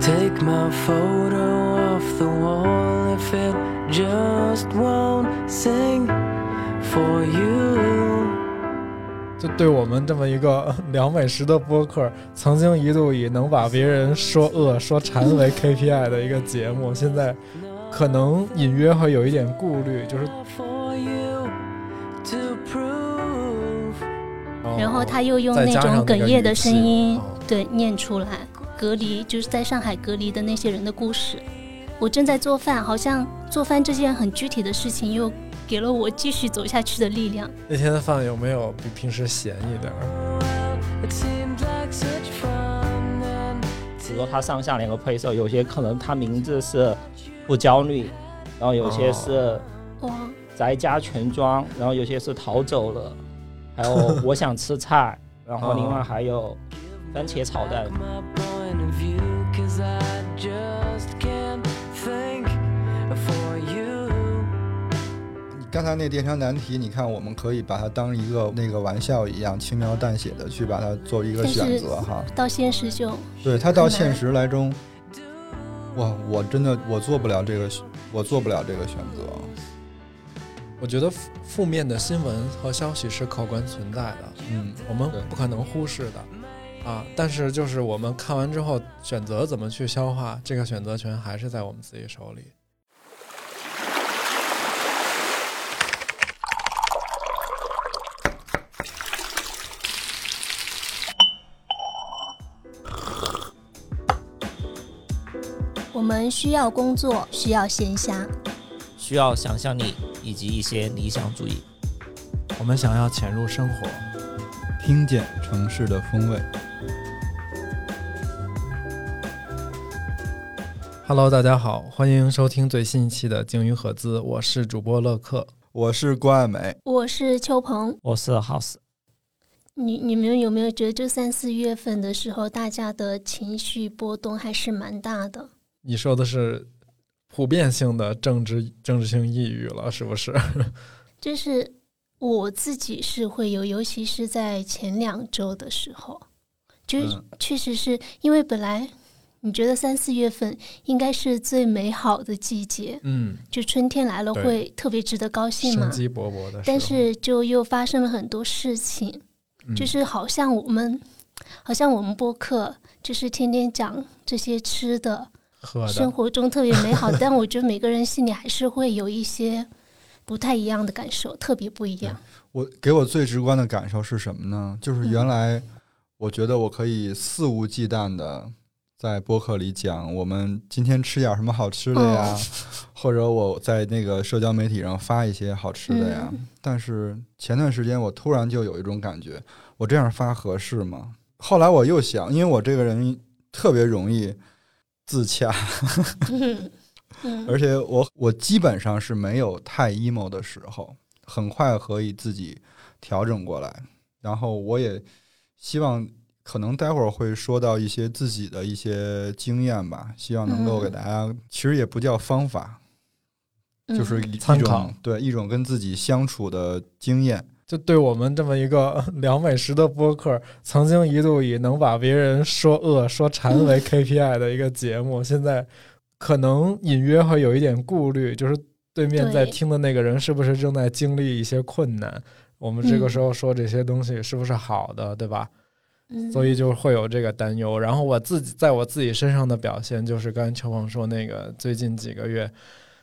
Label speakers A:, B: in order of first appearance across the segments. A: Take my photo off the wall if it just won't sing for you.
B: 就对我们这么一个 聊美食的播客，曾经一度以能把别人说饿、说馋为 KPI 的一个节目，现在可能隐约会有一点顾虑，就是
A: For you to prove
C: 然后他又用
B: 哦再
C: 那
B: 加上
C: 种
B: 那个
C: 哽咽的
B: 语气
C: 声音，
B: 哦
C: 对念出来。隔离就是在上海隔离的那些人的故事。我正在做饭，好像做饭这件很具体的事情，又给了我继续走下去的力量。
B: 那天的饭有没有比平时咸一点儿？
A: it seemed like such fun and
D: 只说它上下两个配色，有些可能它名字是不焦虑，然后有些是
E: 哦
C: 哇，
D: 宅家全装，然后有些是逃走了，还 有我想吃菜，然后另
E: 哦
D: 外还有番茄炒蛋。
A: my point of view cause I just can't think for you
F: 你刚才那电商难题，你看我们可以把它当一个那个玩笑一样，轻描淡写的去把它做一个选择哈。
C: 到现实就
F: 对，它到现实来中，哇，我真的我做不了这个，我做不了这个选择。
B: 我觉得负负面的新闻和消息是客观存在的，
F: 嗯，
B: 我们
F: 对
B: 不可能忽视的啊。但是就是我们看完之后，选择怎么去消化，这个选择权还是在我们自己手里。
C: 我们需要工作，需要闲暇，
E: 需要想象力以及一些理想主义。
B: 我们想要潜入生活，
F: 听见城市的风味。
B: Hello，大家好，欢迎收听最新一期的《鲸鱼合资》，我是主播乐克。
F: 我是郭爱美，
C: 我是秋鹏，
E: 我是 House，
C: 你你们有没有觉得，就三四月份的时候，大家的情绪波动还是蛮大的？
B: 你说的是普遍性的政治政治性抑郁了，是不是？
C: 就是我自己是会有，尤其是在前两周的时候，就是
F: 嗯
C: 确实是因为本来你觉得三四月份应该是最美好的季节，
B: 嗯，
C: 就春天来了
B: 对
C: 会特别值得高兴嘛
B: 生，机勃勃的时候。
C: 但是就又发生了很多事情，
B: 嗯
C: 就是好像我们，好像我们播客就是天天讲这些吃的，
B: 嗯喝的
C: 生活中特别美好，但我觉得每个人心里还是会有一些不太一样的感受，特别不一样。
F: 我给我最直观的感受是什么呢？就是原来我觉得我可以肆无忌惮的在播客里讲我们今天吃点什么好吃的呀，或者我在那个社交媒体上发一些好吃的呀。
C: 嗯
F: 但是前段时间我突然就有一种感觉，我这样发合适吗？后来我又想，因为我这个人特别容易自洽，
C: 嗯嗯
F: 而且我我基本上是没有太 emo 的时候，很快可以自己调整过来。然后我也希望，可能待会儿会说到一些自己的一些经验吧，希望能够给大家，其实也不叫方法，
C: 嗯
F: 就是一
B: 参
F: 一
B: 考
F: 种对一种跟自己相处的经验。
B: 就对我们这么一个 聊美食的播客，曾经一度以能把别人说饿、说馋为 KPI 的一个节目，现在可能隐约会有一点顾虑，就是对面
C: 对
B: 在听的那个人是不是正在经历一些困难？我们这个时候说这些东西是不是好的，对吧？
C: 嗯
B: 所以就会有这个担忧。然后我自己在我自己身上的表现，就是刚才秋鹏说那个，最近几个月，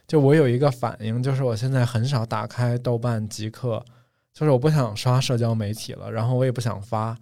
B: 就我有一个反应，就是我现在很少打开豆瓣、极客，就是我不想刷社交媒体了，然后我也不想发。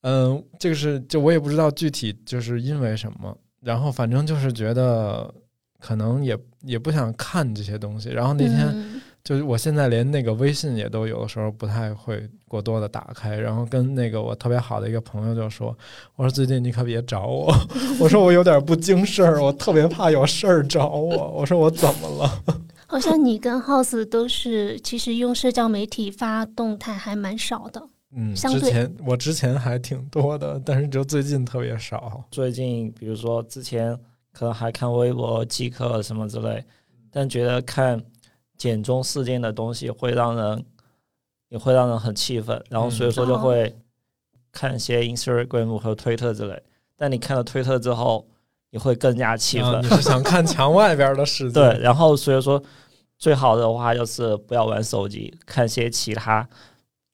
B: 嗯，这个是就我也不知道具体就是因为什么，然后反正就是觉得可能也也不想看这些东西。然后那天
C: 嗯
B: 就是我现在连那个微信也都有的时候不太会过多的打开，然后跟那个我特别好的一个朋友就说：“我说最近你可别找我， 我说我有点不经事儿，我特别怕有事儿找我，我说我怎么了
C: 好像你跟 House 都是其实用社交媒体发动态还蛮少的。？”
B: 嗯，
C: 相
B: 之
C: 对
B: 前我之前还挺多的，但是就最近特别少。
E: 最近比如说之前可能还看微博、极客什么之类，
B: 嗯
E: 但觉得看简中事件的东西会让人也会让人很气愤，然
B: 嗯
E: 后所以说就会看一些 Instagram 和推特之类。但你看了推特之后，你会更加气
B: 啊
E: 愤
B: 你。是想看墙外边的世界？
E: 对，然后所以说最好的话就是不要玩手机，看些其他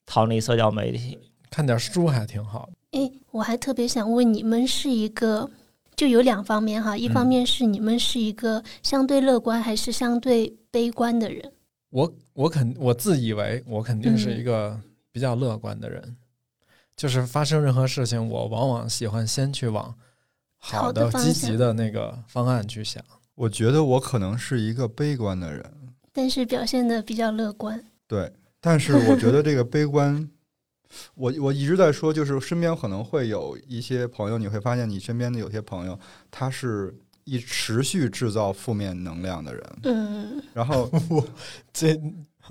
E: 逃离社交媒体。
B: 看点书还挺好的。
C: 诶，我还特别想问，你们是一个就有两方面哈，一
B: 嗯
C: 方面是你们是一个相对乐观还是相对悲观的人？
B: 我我肯我自以为我肯定
C: 嗯
B: 是一个比较乐观的人，就是发生任何事情，我往往喜欢先去往好的
C: 好的、方向
B: 积极的那个方案去想。
F: 我觉得我可能是一个悲观的人，
C: 但是表现的比较乐观。
F: 对，但是我觉得这个悲观，我我一直在说，就是身边可能会有一些朋友，你会发现你身边的有些朋友，他是一持续制造负面能量的人。
C: 嗯，
F: 然后
B: 这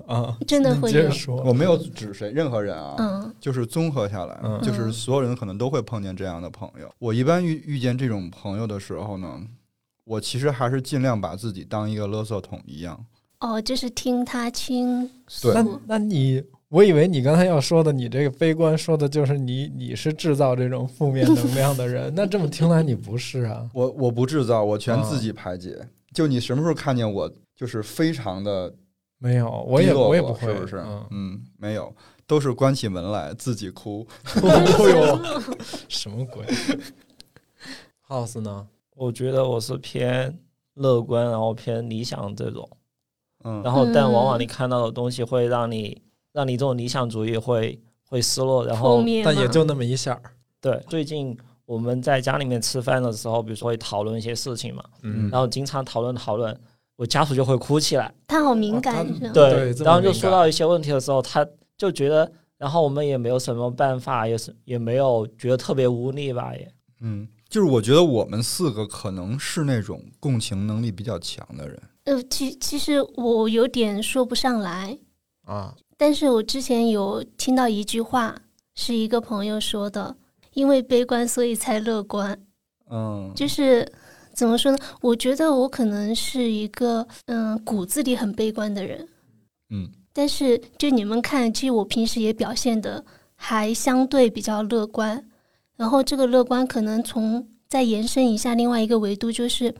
B: 啊，
C: 真的
B: 你
C: 会
B: 接
C: 有
B: 着。说，
F: 我 没有指谁任何人啊，
C: 嗯
F: 就是综合下来，
B: 嗯
F: 就是所有人可能都会碰见这样的朋友。我一般遇遇见这种朋友的时候呢，我其实还是尽量把自己当一个垃圾桶一样。
C: 哦，就是听他倾诉
F: 对。
B: 那那你，我以为你刚才要说的，你这个悲观说的就是你，你是制造这种负面能量的 人。那这么听来，你不是啊？
F: 我我不制造，我全
B: 啊
F: 自己排解。就你什么时候看见我，就是非常的
B: 没有，我也
F: 低落
B: 我也不
F: 过
B: 会，
F: 是不是？
B: 嗯，
F: 嗯，没有，都是关起门来自己哭。
B: 哎呦， 什么鬼？House 呢？
E: 我觉得我是偏乐观，然后偏理想这种，
F: 嗯，
B: 啊
E: 然后但往往
C: 嗯
E: 你看到的东西会让你让你这种理想主义会会失落，然
C: 后
E: 后
C: 面
B: 哦但也
C: 嘛
B: 就那么一下儿，
E: 对最近。我们在家里面吃饭的时候，比如说会讨论一些事情嘛，
B: 嗯
E: 然后经常讨论讨论，我家属就会哭起来。
C: 他好
B: 哦
C: 敏感
B: 他
C: 是吧？
B: 对
E: 对，
B: 这么
E: 然后就
B: 敏
E: 说
B: 感
E: 到一些问题的时候，他就觉得，然后我们也没有什么办法，也是也没有觉得特别无力吧，也
F: 嗯，就是我觉得我们四个可能是那种共情能力比较强的人。
C: 呃，其其实我有点说不上来，
B: 啊，
C: 但是我之前有听到一句话，是一个朋友说的，因为悲观所以才乐观。
F: 嗯，
C: 就是怎么说呢？我觉得我可能是一个嗯骨子里很悲观的人，
F: 嗯，
C: 但是就你们看，其实我平时也表现的还相对比较乐观。然后这个乐观可能从再延伸一下另外一个维度，就是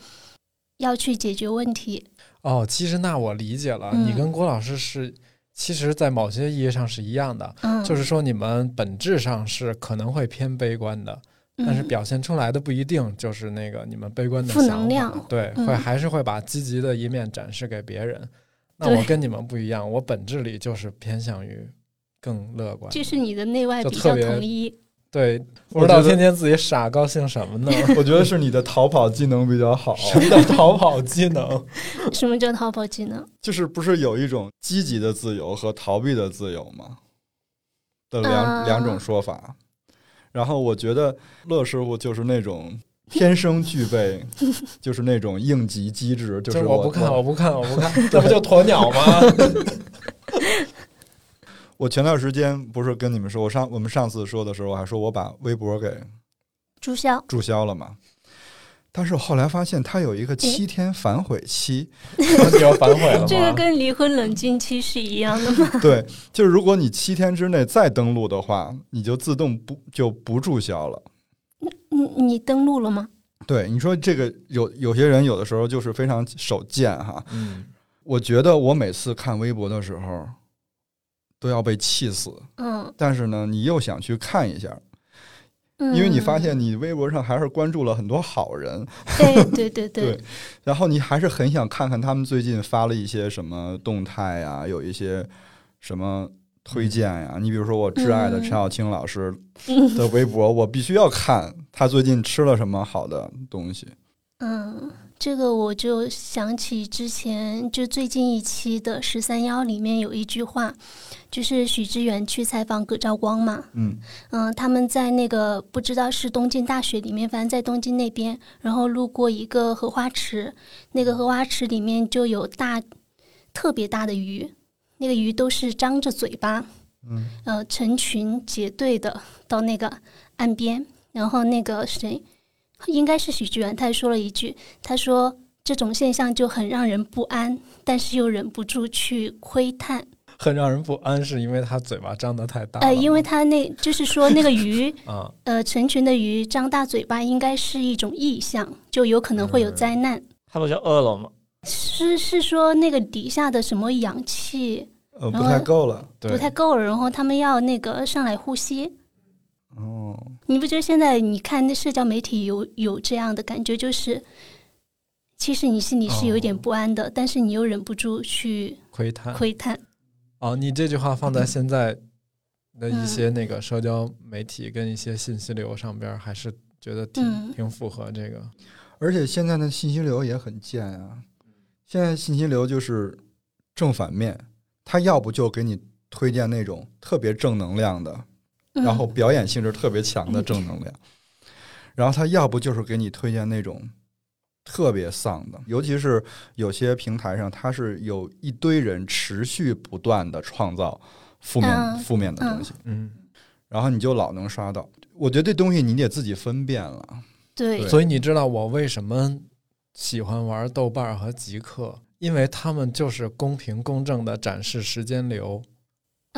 C: 要去解决问题。
B: 哦，其实那我理解了，
C: 嗯
B: 你跟郭老师是，其实，在某些意义上是一样的，
C: 嗯，
B: 就是说你们本质上是可能会偏悲观的，但是
C: 嗯
B: 表现出来的不一定就是那个你们悲观的
C: 负能
B: 想法
C: 量
B: 对，
C: 嗯
B: 会还是会把积极的一面展示给别人。那
C: 对
B: 我跟你们不一样，我本质里就是偏向于更乐观。
C: 就是你的内外
B: 就
C: 比
B: 特
C: 较
B: 别
C: 统一。
B: 对，不
F: 我
B: 知道
F: 觉得
B: 天天自己傻高兴什么呢？
F: 我觉得是你的逃跑技能比较好，
B: 什么叫逃跑技能？
C: 什么叫逃跑技能？
F: 就是不是有一种积极的自由和逃避的自由吗？的两、
C: 啊
F: 两种说法。然后我觉得乐师傅就是那种天生具 备，就是那种应急机制，就
B: 就是是我不看，我
F: 我
B: 不看，我不看，这不就鸵鸟吗？
F: 我前段时间不是跟你们说，我上我们上次说的时候，我还说我把微博给
C: 注销。
F: 注销了嘛。但是我后来发现，它有一个七天反悔期，
B: 你要反悔了
C: 这个
B: 吗？
C: 跟离婚冷静期是一样的吗？
F: 对，就是如果你七天之内再登录的话，你就自动不就不注销了。
C: 你你登录了吗？
F: 对，你说这个有有些人有的时候就是非常手贱哈。
B: 嗯，
F: 我觉得我每次看微博的时候都要被气死，
C: 嗯，
F: 但是呢，你又想去看一下，
C: 嗯
F: 因为你发现你微博上还是关注了很多好人，
C: 对对对对
F: 对，然后你还是很想看看他们最近发了一些什么动态呀、有一些什么推荐呀、你比如说我挚爱的陈小青老师
C: 嗯
F: 的微博，我必须要看他最近吃了什么好的东西。
C: 嗯，这个我就想起之前就最近一期的《十三幺》里面有一句话，就是许知远去采访葛兆光嘛，
F: 嗯
C: 嗯，他们在那个不知道是东京大学里面，反正在东京那边，然后路过一个荷花池，那个荷花池里面就有大特别大的鱼，那个鱼都是张着嘴巴，
F: 嗯，
C: 呃，成群结队的到那个岸边，然后那个谁，应该是许志远，他说了一句，他说这种现象就很让人不安，但是又忍不住去窥探。
B: 很让人不安，是因为它嘴巴张得太大了。
C: 呃，因为它那就是说那个鱼，
B: 啊，
C: 呃，成群的鱼张大嘴巴应该是一种意象，就有可能会有灾难。
E: 它不就饿了吗？
C: 是是说那个底下的什么氧气
F: 呃，不太够了。
B: 对
C: 不，太够了，然后他们要那个上来呼吸。
F: 哦，
C: 你不觉得现在你看那社交媒体有有这样的感觉，就是其实你心里是有
B: 哦
C: 一点不安的，但是你又忍不住去
B: 窥探。
C: 窥探。
B: 哦，你这句话放在现在的一些那个社交媒体跟一些信息流上边儿，还是觉得挺、
C: 嗯
B: 挺符合这个。
F: 而且现在的信息流也很贱啊，现在信息流就是正反面，他要不就给你推荐那种特别正能量的，
C: 嗯、
F: 然后表演性质特别强的正能量，然后他要不就是给你推荐那种特别丧的，尤其是有些平台上，它是有一堆人持续不断的创造负面
C: 嗯
F: 负面的东西，
B: 嗯，
F: 然后你就老能刷到。我觉得这东西你得自己分辨了，
C: 对，
B: 所以你知道我为什么喜欢玩豆瓣儿和极客，因为他们就是公平公正的展示时间流。
C: 嗯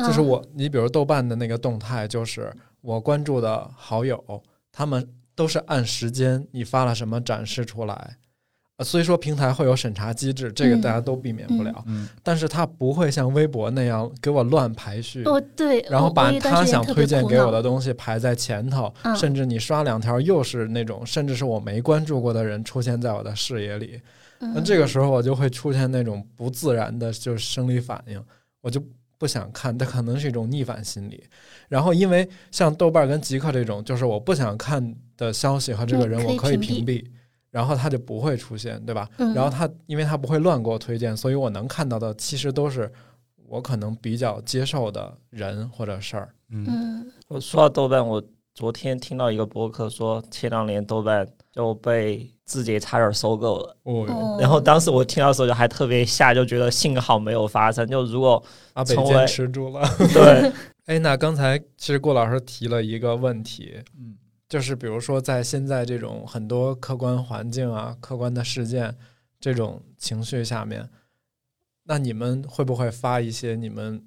B: 就是我，你比如豆瓣的那个动态，就是我关注的好友，他们都是按时间你发了什么展示出来，呃所以说平台会有审查机制，这个
C: 嗯
B: 大家都避免不了。
F: 嗯，
B: 但是它不会像微博那样给我乱排序。
C: 哦对，
B: 然后
C: 我
B: 把
C: 我有一段
B: 他
C: 时间
B: 想
C: 特别
B: 推荐
C: 苦
B: 给我的
C: 恼
B: 东西排在前头，
C: 嗯
B: 甚至你刷两条又是那种，甚至是我没关注过的人出现在我的视野里，那
C: 嗯
B: 这个时候我就会出现那种不自然的，就是生理反应，我就不想看，这可能是一种逆反心理。然后因为像豆瓣跟极客这种，就是我不想看的消息和这个
C: 嗯
B: 人，
C: 可以
B: 我可以屏
C: 屏蔽
B: 蔽，然后它就不会出现，对吧？
C: 嗯
B: 然后它因为它不会乱给我推荐，所以我能看到的其实都是我可能比较接受的人或者事儿。
F: 嗯
C: 嗯
E: 我说到豆瓣，我昨天听到一个博客说，前两年豆瓣就被字节差点收购了。
B: 哦哟，
C: 哦，
E: 然后当时我听到的时候就还特别吓，就觉得幸好没有发生。就如果
B: 阿北
E: 从
B: 坚
E: 来
B: 持住了。
E: 对
B: 哎，那刚才其实顾老师提了一个问题，
F: 嗯，
B: 就是比如说在现在这种很多客观环境啊、客观的事件这种情绪下面，那你们会不会发一些你们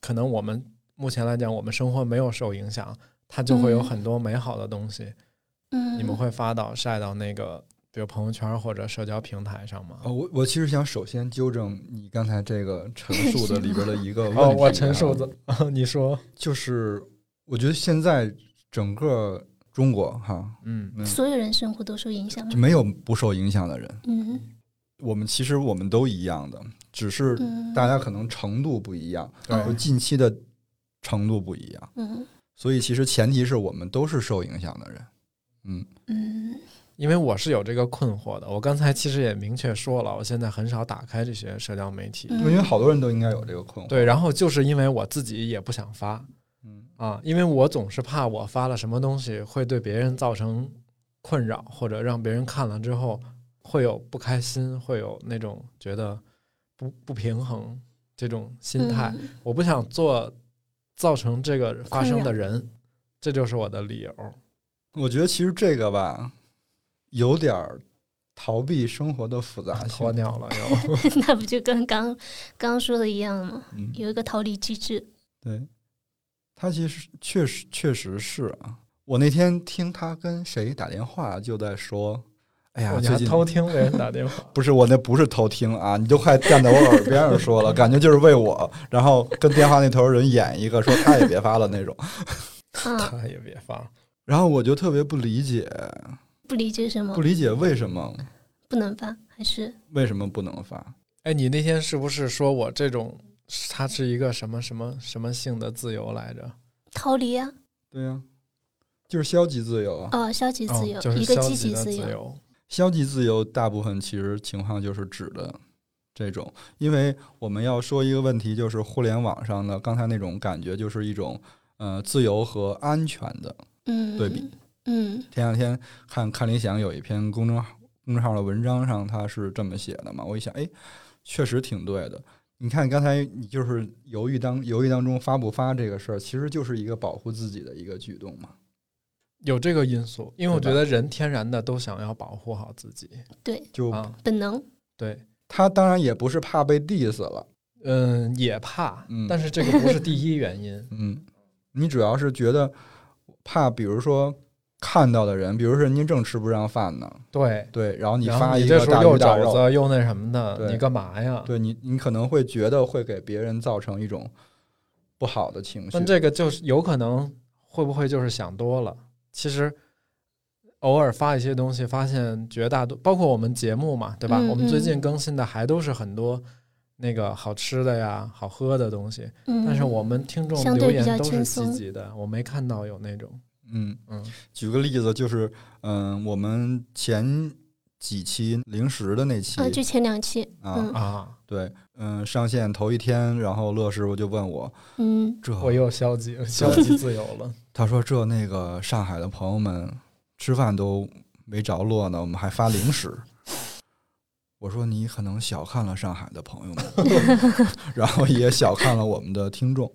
B: 可能我们目前来讲，我们生活没有受影响，它就会有
C: 嗯
B: 很多美好的东西，
C: 嗯
B: 你们会发到晒到那个比如朋友圈或者社交平台上吗？
F: 呃，我我其实想首先纠正你刚才这个 陈述的里边的一个问题、啊，
B: 哦，我陈述的， 你说，
F: 就是我觉得现在整个中国哈，
B: 嗯
F: 嗯，
C: 所有人生活都受影响
F: 就
C: 吗？
F: 没有不受影响的人。
C: 嗯
F: 我们其实我们都一样的，只是
C: 嗯，
F: 大家可能程度不一样，
C: 对
F: 就近期的程度不一样。
C: 嗯
F: 所以其实前提是我们都是受影响的人。嗯，
C: 嗯
B: 因为我是有这个困惑的，我刚才其实也明确说了，我现在很少打开这些社交媒体，
C: 嗯
F: 因为好多人都应该有这个困惑。
B: 对，然后就是因为我自己也不想发
F: 嗯，
B: 啊，因为我总是怕我发了什么东西会对别人造成困扰，或者让别人看了之后会有不开心，会有那种觉得不不平衡这种心态，
C: 嗯
B: 我不想做造成这个发生的
C: 困扰
B: 人，这就是我的理由。
F: 我觉得其实这个吧，有点儿逃避生活的复杂性
B: 鸵。鸟了
F: 哎
B: 又，
C: 那不就跟刚刚说的一样吗？
F: 嗯，
C: 有一个逃离机制。
F: 对，他其实确实确实是啊。我那天听他跟谁打电话，就在说：“哎呀，
B: 我
F: 最
B: 还
F: 近
B: 偷听别人打电话。
F: 不是我那不是偷听啊，你都快站在我耳边上说了，感觉就是为我，然后跟电话那头人演一个说他也别发了那种，
C: 嗯，
B: 他也哎别发，
F: 然后我就特别不理解，
C: 不理解什么
F: 不理解为什么
C: 不能发，还是
F: 为什么不能发？
B: 哎，你那天是不是说我这种，它是一个什么什么什么性的自由来着？
C: 逃离啊？
F: 对呀、就是消极自由啊，
C: 哦，消极自由，
B: 哦、就是
C: 一个
B: 消
C: 积极
B: 的
C: 自由。
B: 由。
F: 消极自由大部分其实情况就是指的这种，因为我们要说一个问题，就是互联网上的刚才那种感觉就是一种呃自由和安全的
C: 嗯，
F: 对比。
C: 嗯
F: 前两天看看理想有一篇公众号公众号的文章上，他是这么写的嘛，我一想，哎，确实挺对的。你看刚才你就是犹豫当犹豫当中发不发这个事儿，其实就是一个保护自己的一个举动嘛。
B: 有这个因素，因为我
F: 对
B: 觉得
F: 吧
B: 人天然的都想要保护好自己
F: 就
B: 啊。
C: 本能。
B: 对，
F: 他当然也不是怕被 diss 了，
B: 嗯，也怕
F: 嗯，。
B: 但是这个不是第一原因
F: 嗯，你主要是觉得怕，比如说看到的人，比如说人家正吃不上饭呢，
B: 对，
F: 对，然后你
B: 然后
F: 发一
B: 这
F: 个
B: 时候
F: 大
B: 又
F: 鱼大
B: 肘
F: 肉，
B: 子又那什么的，
F: 对
B: 你干嘛呀？
F: 对你，你可能会觉得会给别人造成一种不好的情绪
B: 但。这个就是有可能会不会就是想多了？其实偶尔发一些东西，发现绝大多包括我们节目嘛，对吧？
C: 嗯
B: 我们最
C: 嗯
B: 近更新的还都是很多那个好吃的呀、好喝的东西，
C: 嗯，
B: 但是我们听众
C: 相
B: 留
C: 对比
B: 言
C: 较
B: 都是
C: 轻
B: 积
C: 松
B: 极的，我没看到有那种
F: 嗯，
B: 嗯
F: 举个例子，就是嗯、我们前几期零食的那期
C: 啊，就前两期，
F: 啊
C: 嗯
B: 啊，
F: 对，嗯、上线头一天，然后乐师傅就问我，
C: 嗯，
F: 这
B: 我又消极消极自由了。
F: 他说这那个上海的朋友们吃饭都没着落呢，我们还发零食。我说你可能小看了上海的朋友们， 然后也小看了我们的听众，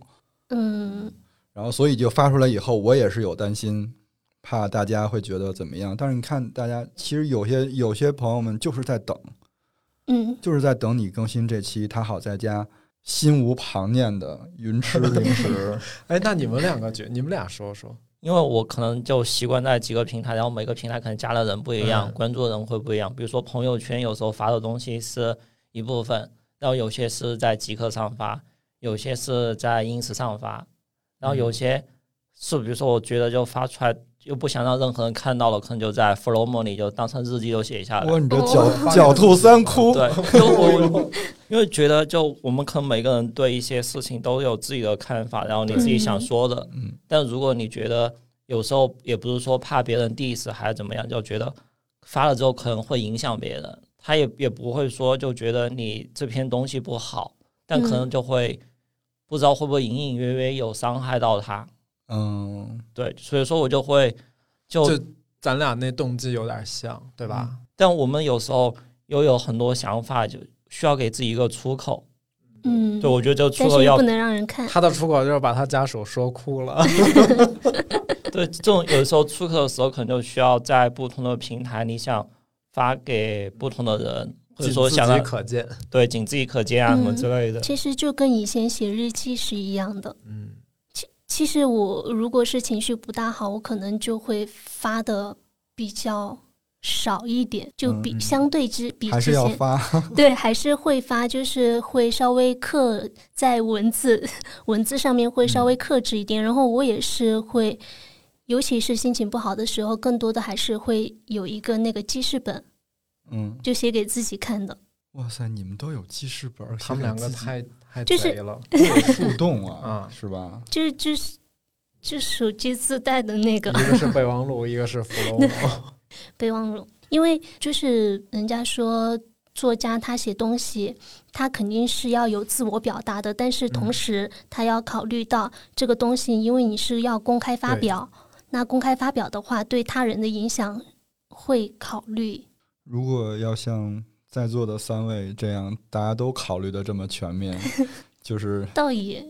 C: 嗯，
F: 然后所以就发出来以后，我也是有担心，怕大家会觉得怎么样。但是你看，大家其实有些有些朋友们就是在等，
C: 嗯，
F: 就是在等你更新这期，他好在家心无旁念的云吃零食。
B: 哎，那你们两个觉，你们俩说说，
E: 因为我可能就习惯在几个平台，然后每个平台可能加的人不一样，
B: 嗯
E: 关注的人会不一样。比如说朋友圈有时候发的东西是一部分，然后有些是在极客上发，有些是在 ins 上发，然后有些是比如说我觉得就发出来又不想让任何人看到了，可能就在 Flowmo 里就当成日记就写下来。
F: 哇，你这
B: 哦
F: 狡狡兔三窟，
E: 对， 就我因为觉得就我们可能每个人对一些事情都有自己的看法，然后你自己想说的，
F: 嗯，
E: 但如果你觉得有时候也不是说怕别人 diss 还是怎么样，就觉得发了之后可能会影响别人，他也也不会说就觉得你这篇东西不好，但
C: 嗯
E: 可能就会不知道会不会隐隐约约有伤害到他。
F: 嗯，
E: 对，所以说我就会就
B: 就咱俩那动机有点像，对吧？
E: 但我们有时候又有很多想法，就需要给自己一个出口。
C: 嗯，
E: 对，我觉得这个出
C: 但
E: 口
C: 是
E: 要
C: 又不能让人看，
B: 他的出口就是把他家属说哭了。
E: 对，这种有时候出课的时候，可能就需要在不同的平台，你想发给不同的人，或 者
B: 仅
E: 说
B: 自
E: 想
B: 己
E: 让
B: 可见，
E: 对仅自己可见啊什么之类的。
C: 其实就跟以前写日记是一样的。
B: 嗯，
C: 其实我如果是情绪不大好，我可能就会发的比较少一点，就比、
B: 嗯嗯
C: 相对之比
F: 还
C: 之
F: 是要
C: 前
F: 发。
C: 对还是会发，就是会稍微克在文字文字上面会稍
F: 嗯
C: 微克制一点。然后我也是会，尤其是心情不好的时候，更多的还是会有一个那个记事本，
F: 嗯，
C: 就写给自己看的。
F: 哇塞，你们都有记事本儿，
B: 他们两个太太
C: 就是
B: 贼了，
F: 互动 啊，
B: 啊
F: 是吧？
C: 就就是就手机自带的那个
B: 一个是备忘录，一个是芙蓉 网，
C: 备忘录，因为就是人家说作家他写东西，他肯定是要有自我表达的，但是
B: 嗯
C: 同时他要考虑到这个东西，因为你是要公开发
B: 对
C: 表，那公开发表的话，对他人的影响会考虑。
F: 如果要像在座的三位这样，大家都考虑的这么 全面，就是
C: 倒也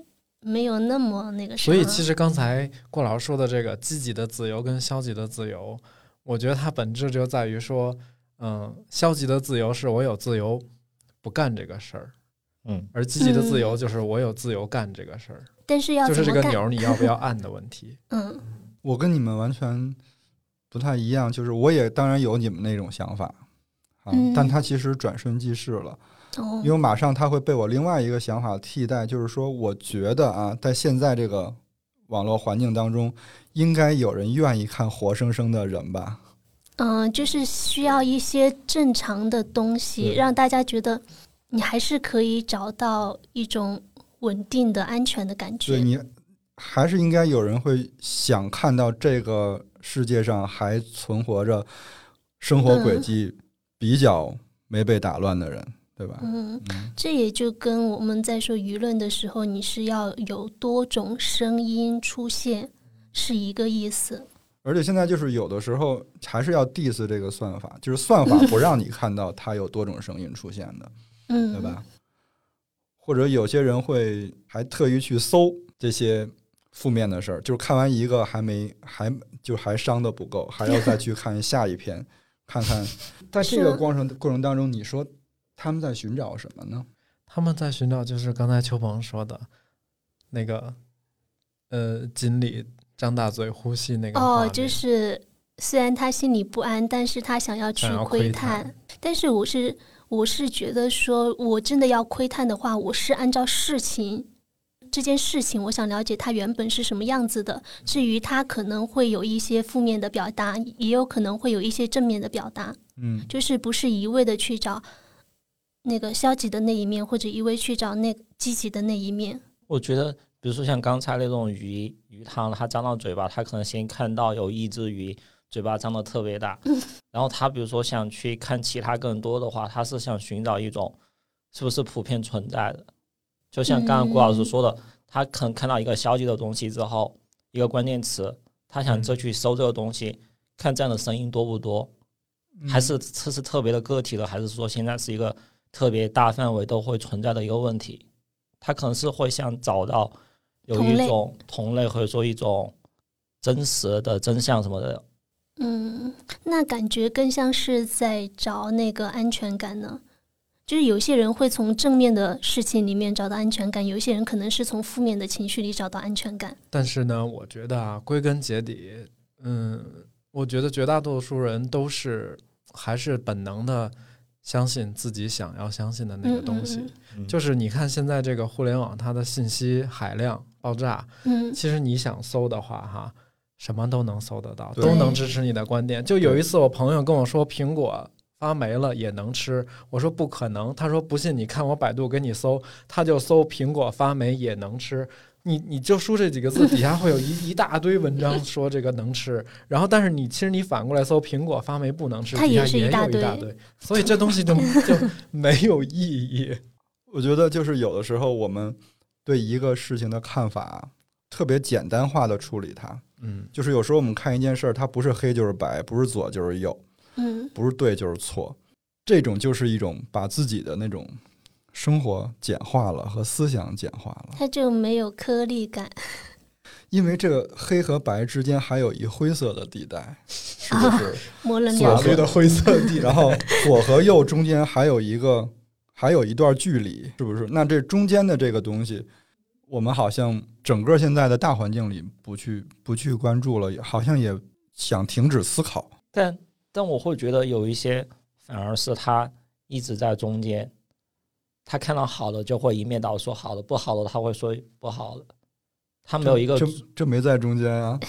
C: 没有那么那个啥，
B: 所以其实刚才郭老师说的这个积极的自由跟消极的自由，我觉得它本质就在于说，嗯，消极的自由是我有自由不干这个事儿，
E: 嗯，
B: 而积极的自由就是我有自由干这个事儿，
C: 但是要
B: 就
C: 怎
B: 是这
C: 么
B: 个
C: 干？
B: 钮儿你要不 要按的问题。
C: 嗯
F: 我跟你们完全不太一样。就是我也当然有你们那种想法啊，
C: 嗯
F: 但它其实转瞬即逝了。
C: 哦
F: 因为马上它会被我另外一个想法替代，就是说，我觉得啊，在现在这个网络环境当中，应该有人愿意看活生生的人吧？
C: 嗯、就是需要一些正常的东西，
F: 对
C: 让大家觉得你还是可以找到一种稳定的、安全的感
F: 对
C: 觉。
F: 你，还是应该有人会想看到这个世界上还存活着生
C: 嗯
F: 活轨迹比较没被打乱的人，对吧？
C: 嗯，
F: 嗯
C: 这也就跟我们在说舆论的时候，你是要有多种声音出现，是一个意思。
F: 而且现在就是有的时候还是要 diss 这个算法，就是算法不让你看到它有多种声音出现的。
C: 嗯，
F: 对吧？？或者有些人会还特意去搜这些负面的事儿，就是看完一个还没还就还伤的不够，还要再去看下一篇，看看在这
C: 是
F: 个
C: 啊
F: 过程过程当中，你说他们在寻找什么呢？
B: 他们在寻找就是刚才邱鹏说的那个，呃，锦鲤张大嘴呼吸那个画
C: 哦，
B: 面
C: 就是虽然他心里不安，但是他想要去
B: 想要
C: 窥
B: 窥
C: 探。
B: 探
C: 但是我是我是觉得说，我真的要窥探的话，我是按照事情这件事情，我想了解它原本是什么样子的。至于它可能会有一些负面的表达，也有可能会有一些正面的表达，
F: 嗯，
C: 就是不是一味的去找那个消极的那一面，或者一味去找那积极的那一面。
E: 我觉得，比如说像刚才那种鱼鱼汤，它张到嘴巴，它可能先看到有一只鱼嘴巴张的特别大， 然后它比如说想去看其他更多的话，它是想寻找一种是不是普遍存在的，就像刚刚
C: 嗯
E: 郭老师说的，他可能看到一个消极的东西之后，一个关键词，他想
B: 嗯
E: 再去搜这个东西，看这样的声音多不多，
F: 嗯
E: 还是这是特别的个体的，还是说现在是一个特别大范围都会存在的一个问题？他可能是会想找到有
C: 同
E: 一
C: 类
E: 种同类，或者说一种真实的真相什么的。
C: 嗯，那感觉更像是在找那个安全感呢。就是有些人会从正面的事情里面找到安全感，有些人可能是从负面的情绪里找到安全感。
B: 但是呢，我觉得啊，归根结底，嗯，我觉得绝大多数人都是还是本能的相信自己想要相信的那个东西。
C: 嗯嗯
B: 就是你看现在这个互联网，它的信息海量爆炸，
C: 嗯
B: 其实你想搜的话，哈，什么都能搜得到，
F: 对
B: 都能支持你的观点。就有一次，我朋友跟我说苹果发霉了也能吃，我说不可能，他说不信你看我百度给你搜，他就搜苹果发霉也能吃。你你就输这几个字，底下会有一一大堆文章说这个能吃，然后但是你其实你反过来搜苹果发霉不能吃，
C: 它也
B: 底下
C: 是一
B: 有
C: 大
B: 一
C: 堆
B: 大堆，所以这东西 就就没有意义。
F: 我觉得就是有的时候我们对一个事情的看法特别简单化的处理它，
B: 嗯
F: 就是有时候我们看一件事儿，它不是黑就是白，不是左就是右，
C: 嗯
F: 不是对就是错，这种就是一种把自己的那种生活简化了和思想简化了，
C: 它就没有颗粒感。
F: 因为这个黑和白之间还有一灰色的地带，是不是？
C: 模棱
F: 左
C: 两可
F: 黑，的灰色地，然后左和右中间还有一个，还有一段距离，是不是？那这中间的这个东西，我们好像整个现在的大环境里不去不去关注了，也好像也想停止思考。
E: 但但我会觉得有一些反而是他一直在中间，他看到好的就会一面倒说好的，不好的他会说不好的，他没有一个
F: 嗯这这没在中间啊，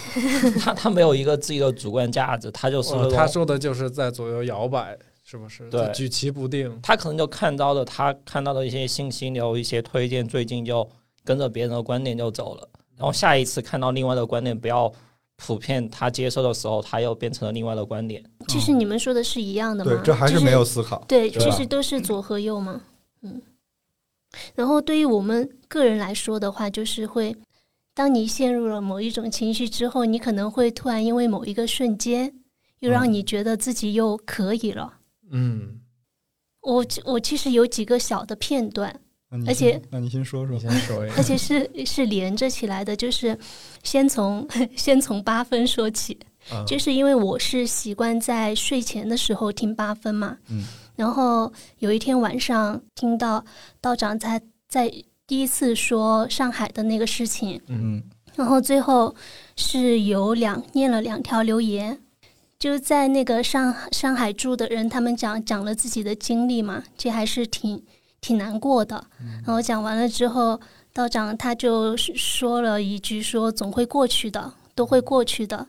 E: 他他没有一个自己的主观价值，他就是
B: 哇
E: 那
B: 他
E: 种
B: 说的就是在左右摇摆，是不是？
E: 对
B: 就举棋不定。
E: 他可能就看到了他看到的一些信息流、一些推荐，最近就跟着别人的观点就走了。然后下一次看到另外的观点不要普遍他接受的时候，他又变成了另外的观点。
C: 其实你们说的是一样的嘛？
F: 对，这还
C: 就是
F: 没有思考。
C: 对，
F: 对吧
C: 其实都是左和右嘛，嗯。然后对于我们个人来说的话，就是会，当你陷入了某一种情绪之后，你可能会突然因为某一个瞬间，又让你觉得自己又可以了。
B: 嗯，
C: 我其我其实有几个小的片段，
F: 那嗯你
C: 而且
F: 先那你先说
B: 你先
F: 说，
B: 说一
C: 而
B: 个。
C: 且是是连着起来的，就是先从 先从八分说起。
B: 嗯
C: 就是因为我是习惯在睡前的时候听八分嘛，
F: 嗯
C: 然后有一天晚上听到道长在在第一次说上海的那个事情，
F: 嗯，
C: 然后最后是有两念了两条留言，就是在那个上上海住的人，他们讲讲了自己的经历嘛，这还是挺挺难过的。然后讲完了之后，道长他就是说了一句说总会过去的，都会过去的。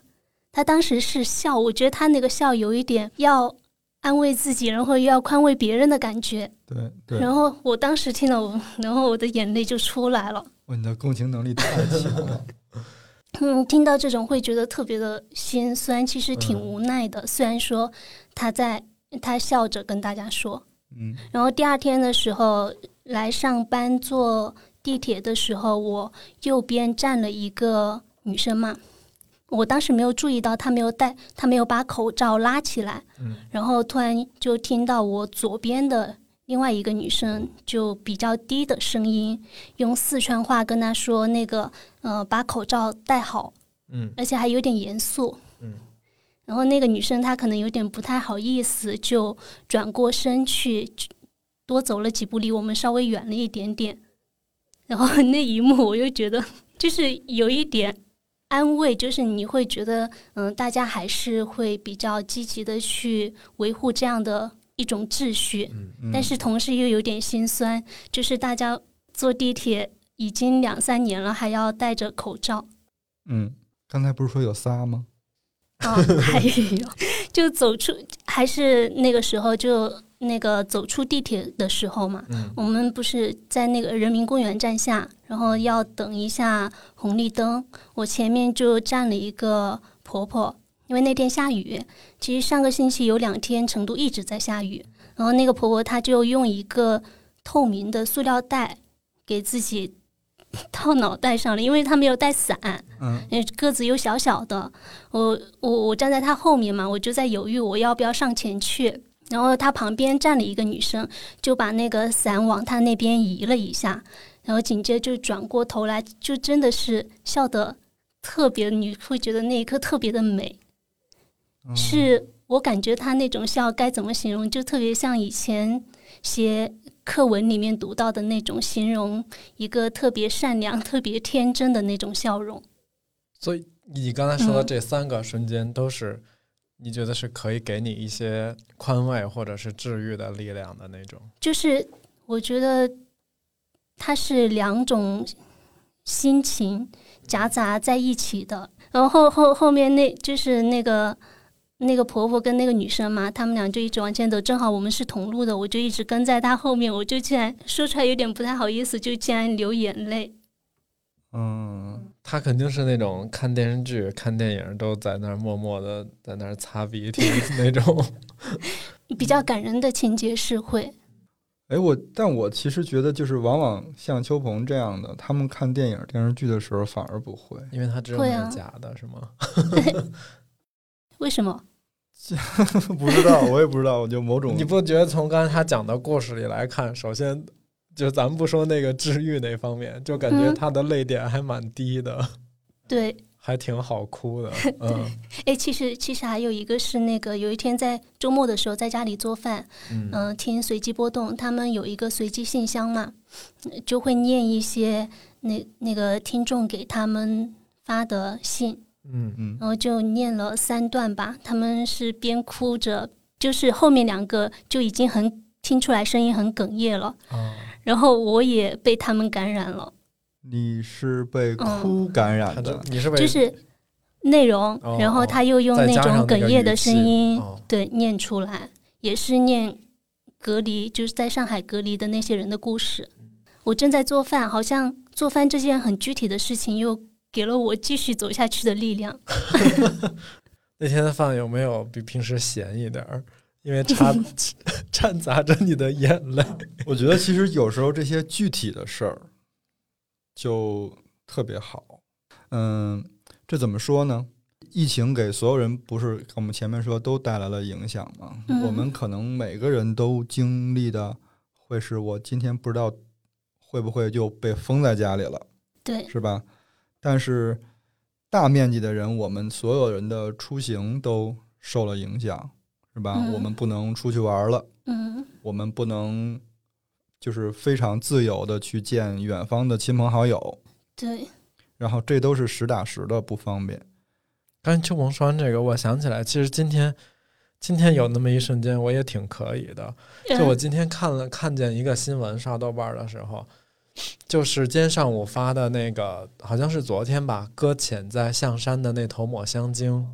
C: 他当时是笑，我觉得他那个笑有一点要安慰自己，然后又要宽慰别人的感觉。
F: 对对，
C: 然后我当时听了，我然后我的眼泪就出来了。
F: 哇，你的共情能力太强 了。
C: 嗯，听到这种会觉得特别的心酸，其实挺无奈的。虽然说他在他笑着跟大家说，
F: 嗯，
C: 然后第二天的时候来上班坐地铁的时候，我右边站了一个女生嘛，我当时没有注意到她没有戴，她没有把口罩拉起来，
B: 嗯
C: 然后突然就听到我左边的另外一个女生就比较低的声音，用四川话跟她说那个呃把口罩戴好，
B: 嗯
C: 而且还有点严肃。
B: 嗯，
C: 然后那个女生她可能有点不太好意思，就转过身去去多走了几步，离我们稍微远了一点点。然后那一幕，我又觉得 就是有一点安慰，就是你会觉得，嗯、大家还是会比较积极的去维护这样的一种秩序。
F: 嗯
C: 但是同时又有点心酸，就是大家坐地铁已经两三年了，还要戴着口罩
F: 嗯，刚才不是说有仨吗？
C: 啊，还有就走出还是那个时候就那个走出地铁的时候嘛，
B: 嗯
C: 我们不是在那个人民公园站下，然后要等一下红绿灯。我前面就站了一个婆婆，因为那天下雨。其实上个星期有两天成都一直在下雨，然后那个婆婆她就用一个透明的塑料袋给自己 套脑袋上了，因为她没有带伞。
F: 嗯
C: 因为个子又小小的，我我我站在他后面嘛，我就在犹豫我要不要上前去。然后他旁边站了一个女生，就把那个伞往他那边移了一下，然后紧接着就转过头来，就真的是笑得特别，你会觉得那一刻特别的美。
F: 嗯
C: 是我感觉他那种笑该怎么形容，就特别像以前写课文里面读到的那种形容一个特别善良、特别天真的那种笑容。
B: 所以你刚才说的
C: 嗯
B: 这三个瞬间都是你觉得是可以给你一些宽慰或者是治愈的力量的那种。
C: 就是我觉得它是两种心情夹杂在一起的。然后后后后面那就是那个那个婆婆跟那个女生嘛，她们俩就一直往前走，正好我们是同路的，我就一直跟在她后面，我就竟然说出来有点不太好意思，就竟然流眼泪。
F: 嗯，
B: 他肯定是那种看电视剧、看电影都在那儿默默的在那儿擦鼻涕那种。
C: 比较感人的情节是会，
F: 哎，我但我其实觉得，就是往往像邱鹏这样的，他们看电影、电视剧的时候反而 不会，
B: 因为他知道
C: 会
B: 那
C: 啊
B: 是假的，是吗？
C: 为什么？
F: 不知道，我也不知道，我就某种
B: 你不觉得从刚才他讲的故事里来看，首先就咱们不说那个治愈那方面，就感觉
C: 嗯
B: 他的泪点还蛮低的，
C: 对，
B: 还挺好哭 的。嗯
C: 哎，其实其实还有一个是那个，有一天在周末的时候在家里做饭，
B: 嗯
C: 嗯、听随机波动，他们有一个随机信箱嘛，嗯就会念一些那那个听众给他们发的信，
B: 嗯
F: 嗯
C: 然后就念了三段吧。他们是边哭着，就是后面两个就已经很听出来声音很哽咽了，
B: 啊，
C: 然后我也被他们感染了，
F: 你是被
C: 嗯
F: 哭感
B: 他
F: 染
B: 这
F: 的，
B: 你是被
C: 就是内容
B: 哦，
C: 然后他又用
B: 再
C: 那
B: 加
C: 种
B: 上那
C: 哽
B: 个
C: 咽
B: 语
C: 的声
B: 气
C: 音
B: 哦
C: 对念出来，也是念隔离，就是在上海隔离的那些人的故事。我正在做饭，好像做饭这件很具体的事情，又给了我继续走下去的力量。
B: 那天的饭有没有比平时咸一点儿？因为 掺掺杂着你的眼泪。
F: 我觉得其实有时候这些具体的事儿就特别好。嗯，这怎么说呢？疫情给所有人不是我们前面说都带来了影响嘛？
C: 嗯
F: 我们可能每个人都经历的会是我今天不知道会不会就被封在家里了，
C: 对，
F: 是吧？但是大面积的人，我们所有人的出行都受了影响，是吧？
C: 嗯
F: 我们不能出去玩儿了。
C: 嗯
F: 我们不能就是非常自由的去见远方的亲朋好友，
C: 对，
F: 然后这都是实打实的不方便。
B: 刚才邱鹏说完这个，我想起来，其实今天今天有那么一瞬间，我也挺可以的。 就我
C: 嗯
B: 今天看了看见一个新闻，刷豆瓣儿的时候，就是今天上午发的那个，好像是昨天吧，搁浅在象山的那头抹香鲸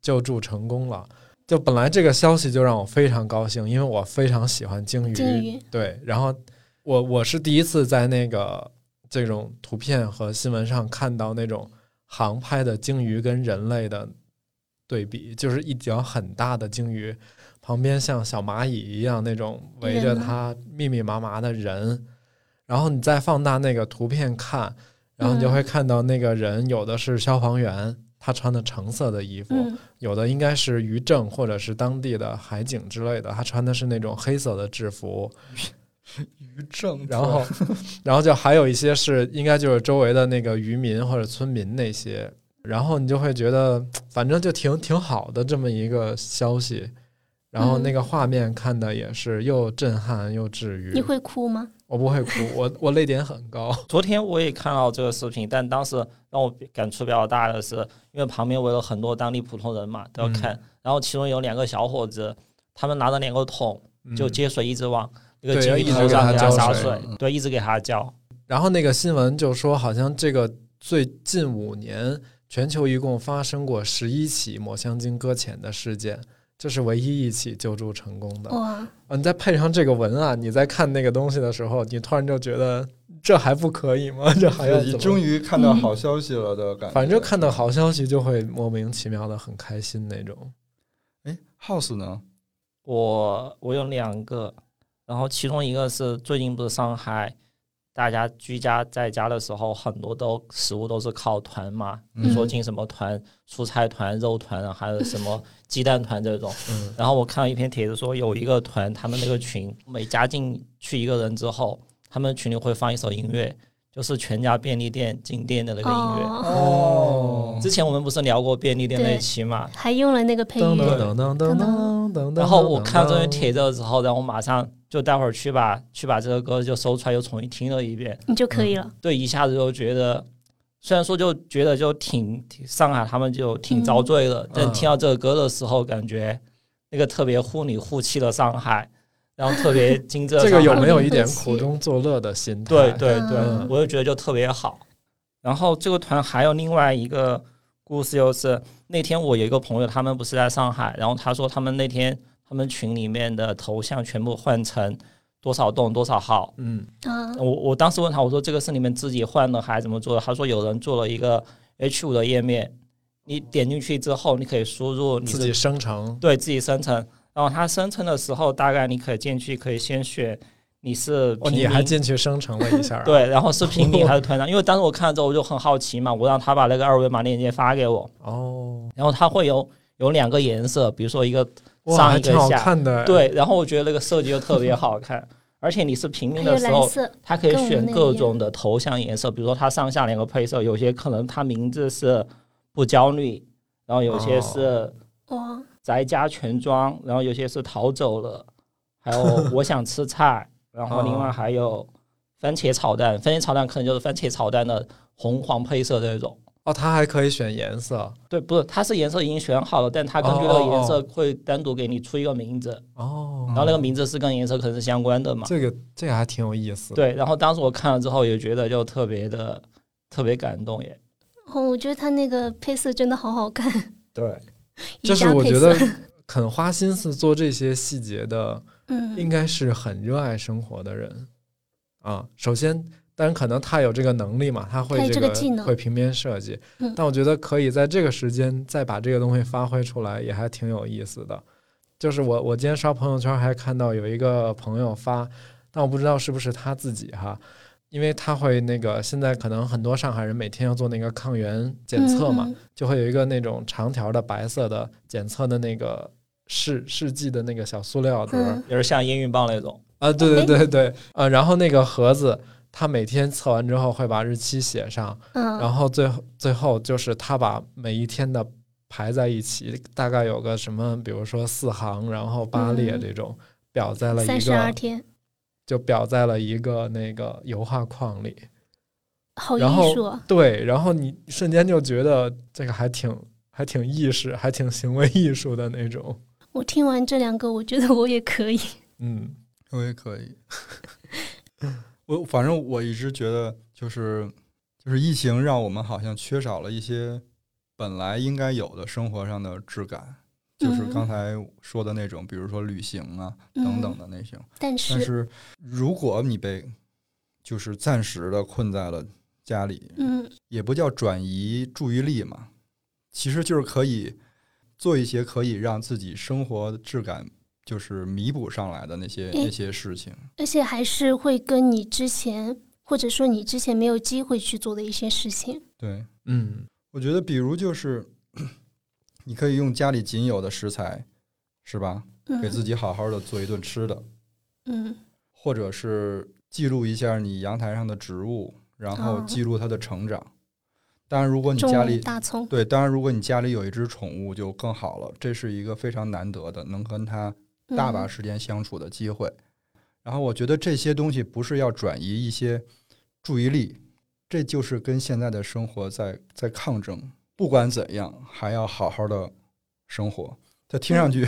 B: 救助成功了。就本来这个消息就让我非常高兴，因为我非常喜欢鲸鱼。
C: 鲸鱼
B: 对，然后我我是第一次在那个这种图片和新闻上看到那种航拍的鲸鱼跟人类的对比，就是一条很大的鲸鱼，旁边像小蚂蚁一样那种围着
C: 人吗
B: 它密密麻麻的人，然后你再放大那个图片看，然后你就
C: 嗯
B: 会看到那个人有的是消防员，他穿的橙色的衣服，
C: 嗯
B: 有的应该是渔政或者是当地的海警之类的，他穿的是那种黑色的制服，
F: 于正
B: 然后， 然后就还有一些是应该就是周围的那个渔民或者村民那些，然后你就会觉得反正就挺挺好的这么一个消息，然后
C: 嗯
B: 那个画面看的也是又震撼又治愈。
C: 你会哭吗？
B: 我不会哭，我我泪点很 高。
E: 昨天我也看到这个视频，但当时让我感触比较大的是，因为旁边围了很多当地普通人嘛，都要
B: 嗯
E: 看，然后其中有两个小伙子，他们拿着两个桶，
B: 嗯
E: 就接水一直往那个
B: 对
E: 金
B: 要
E: 鱼
B: 一直
E: 头上
B: 给它
E: 给他
B: 浇
E: 洒
B: 水
E: 水，对，一直给他浇。
B: 然后那个新闻就说，好像这个最近五年全球一共发生过十一起抹香鲸搁浅的事件，这是唯一一起救助成功的。
C: 哇，
B: 啊，你再配上这个文案，你在看那个东西的时候，你突然就觉得这还不可以吗？ 这还要
F: 对
B: 怎么
F: 终于嗯看到好消息了的感觉。
B: 反正看
C: 嗯
B: 到好消息就会莫名其妙的很开心那种。
F: 哎，House 呢？
E: 我我有两个，然后其中一个是最近不是上海大家居家在家的时候，很多都食物都是靠团嘛，你说
C: 嗯
E: 进什么团，蔬菜团、肉团啊，还有什么鸡蛋团这种。
B: 嗯
E: 然后我看到一篇帖子说，有一个团，他们那个群每加进去一个人之后，他们群里会放一首音乐，就是全家便利店进店的那个音乐。
C: 哦，
B: 哦
E: 之前我们不是聊过便利店那
C: 对
E: 一期嘛，
C: 还用了那个配
B: 噔噔
C: 乐，
B: 噔噔噔噔噔。
E: 然后我看到这些帖子的时候，然后我马上就待会儿去把去把这个歌就搜出来，又重新听了一遍。
C: 你就可
B: 嗯
C: 以了。
E: 对，一下子就觉得，虽然说就觉得就挺挺上海他们就挺遭罪的，
B: 嗯
E: 但听到这个歌的时候，感觉那个特别护你护气的上海，然后特别精致的
B: 这
E: 上海。
B: 个有没有一点苦中作乐的心态？
E: 对对对，
C: 嗯
E: 我就觉得就特别好。然后这个团还有另外一个故事，就是那天我有一个朋友，他们不是在上海，然后他说他们那天他们群里面的头像全部换成多少栋多少号。
B: 嗯，
C: 啊，
E: 我我当时问他，我说这个是你们自己换的还是怎么做的？他说有人做了一个 H 五的页面，你点进去之后，你可以输入你
B: 自
E: 是
B: 己生成。
E: 对自己生成，然后它生成的时候，大概你可以进去可以先选你是
B: 哦，
E: 平
B: 你
E: 民
B: 还进去生成了一下、啊？，
E: 对，然后是平民还是团长？因为当时我看了之后我就很好奇嘛，我让他把那个二维码链接发给我，
B: 哦，
E: 然后它会有有两个颜色，比如说一个
B: 哇，
E: 上
B: 还
E: 一个
B: 挺好
E: 下，
B: 看的。，
E: 对，然后我觉得那个设计就特别好看，而且你是平
C: 还
E: 民
C: 有
E: 的时
C: 蓝
E: 候，
C: 色，
E: 它可以
C: 跟我们
E: 选
C: 那
E: 各
C: 一样
E: 种的头像颜色，比如说它上下两个配色，有些可能它名字是不焦虑，然后有些是
C: 哇，
E: 宅家全装，然后有些是逃走了，还有我想吃菜，然后另外还有番茄炒蛋，番茄炒蛋可能就是番茄炒蛋的红黄配色这种。
B: 哦，它还可以选颜色。
E: 对，不是，它是颜色已经选好了，但它根据那个颜色会单独给你出一个名字，
B: 哦
E: 然，后那个名字是跟颜色可能是相关的嘛。
B: 这个这个还挺有意思。，
E: 对，然后当时我看了之后也觉得就特别的特别感动耶。
C: 哦，我觉得它那个配色真的好好看，
E: 对，
C: 宜
B: 就是
C: 家
B: 我
C: 配
B: 觉
C: 色
B: 得肯花心思做这些细节的，应
C: 嗯，
B: 该是很热爱生活的人啊。首先，当然可能他有这个能力嘛，他会
C: 他有
B: 这
C: 这
B: 个
C: 个技能
B: 会平面设计
C: 嗯，
B: 但我觉得可以在这个时间再把这个东西发挥出来，也还挺有意思的。就是我我今天刷朋友圈还看到有一个朋友发，但我不知道是不是他自己哈。因为他会那个，现在可能很多上海人每天要做那个抗原检测嘛，
C: 嗯，嗯
B: 就会有一个那种长条的白色的检测的那个试试剂的那个小塑料盒，
C: 嗯哦
E: 就是像烟云棒那种。
B: 啊，对对对对，呃，然后那个盒子，他每天测完之后会把日期写上，
C: 嗯，
B: 然后最后最后就是他把每一天的排在一起，大概有个什么，比如说四行，然后八列
C: 嗯
B: 这种，表在了
C: 三
B: 一
C: 十二
B: 个，
C: 天，
B: 就表在了一个那个油画框里。
C: 好艺
B: 然后
C: 术啊，
B: 对，然后你瞬间就觉得这个还挺还挺意识，还挺行为艺术的那种。
C: 我听完这两个，我觉得我也可以，
B: 嗯，
F: 我也可以。我反正我一直觉得，就是就是疫情让我们好像缺少了一些本来应该有的生活上的质感， 就是
C: 嗯
F: 刚才说的那种，比如说旅行啊等等的那些。
C: 但
F: 但
C: 是，
F: 是如果你被就是暂时的困在了家里，
C: 嗯，
F: 也不叫转移注意力嘛，其实就是可以做一些可以让自己生活质感就是弥补上来的那些
C: 诶
F: 那些事情。
C: 而且还是会跟你之前，或者说你之前没有机会去做的一些事情，
F: 对，
B: 嗯，
F: 我觉得比如就是你可以用家里仅有的食材，是吧？给自
C: 嗯
F: 己好好的做一顿吃的，
C: 嗯
F: 或者是记录一下你阳台上的植物，然后
C: 哦
F: 记录它的成长。当然，如果你
C: 中
F: 家
C: 文
F: 里
C: 大葱，
F: 对，当然如果你家里有一只宠物就更好了，这是一个非常难得的能跟它大把
C: 嗯
F: 时间相处的机会。然后我觉得这些东西不是要转移一些注意力，这就是跟现在的生活在在抗争。不管怎样，还要好好的生活。它听上去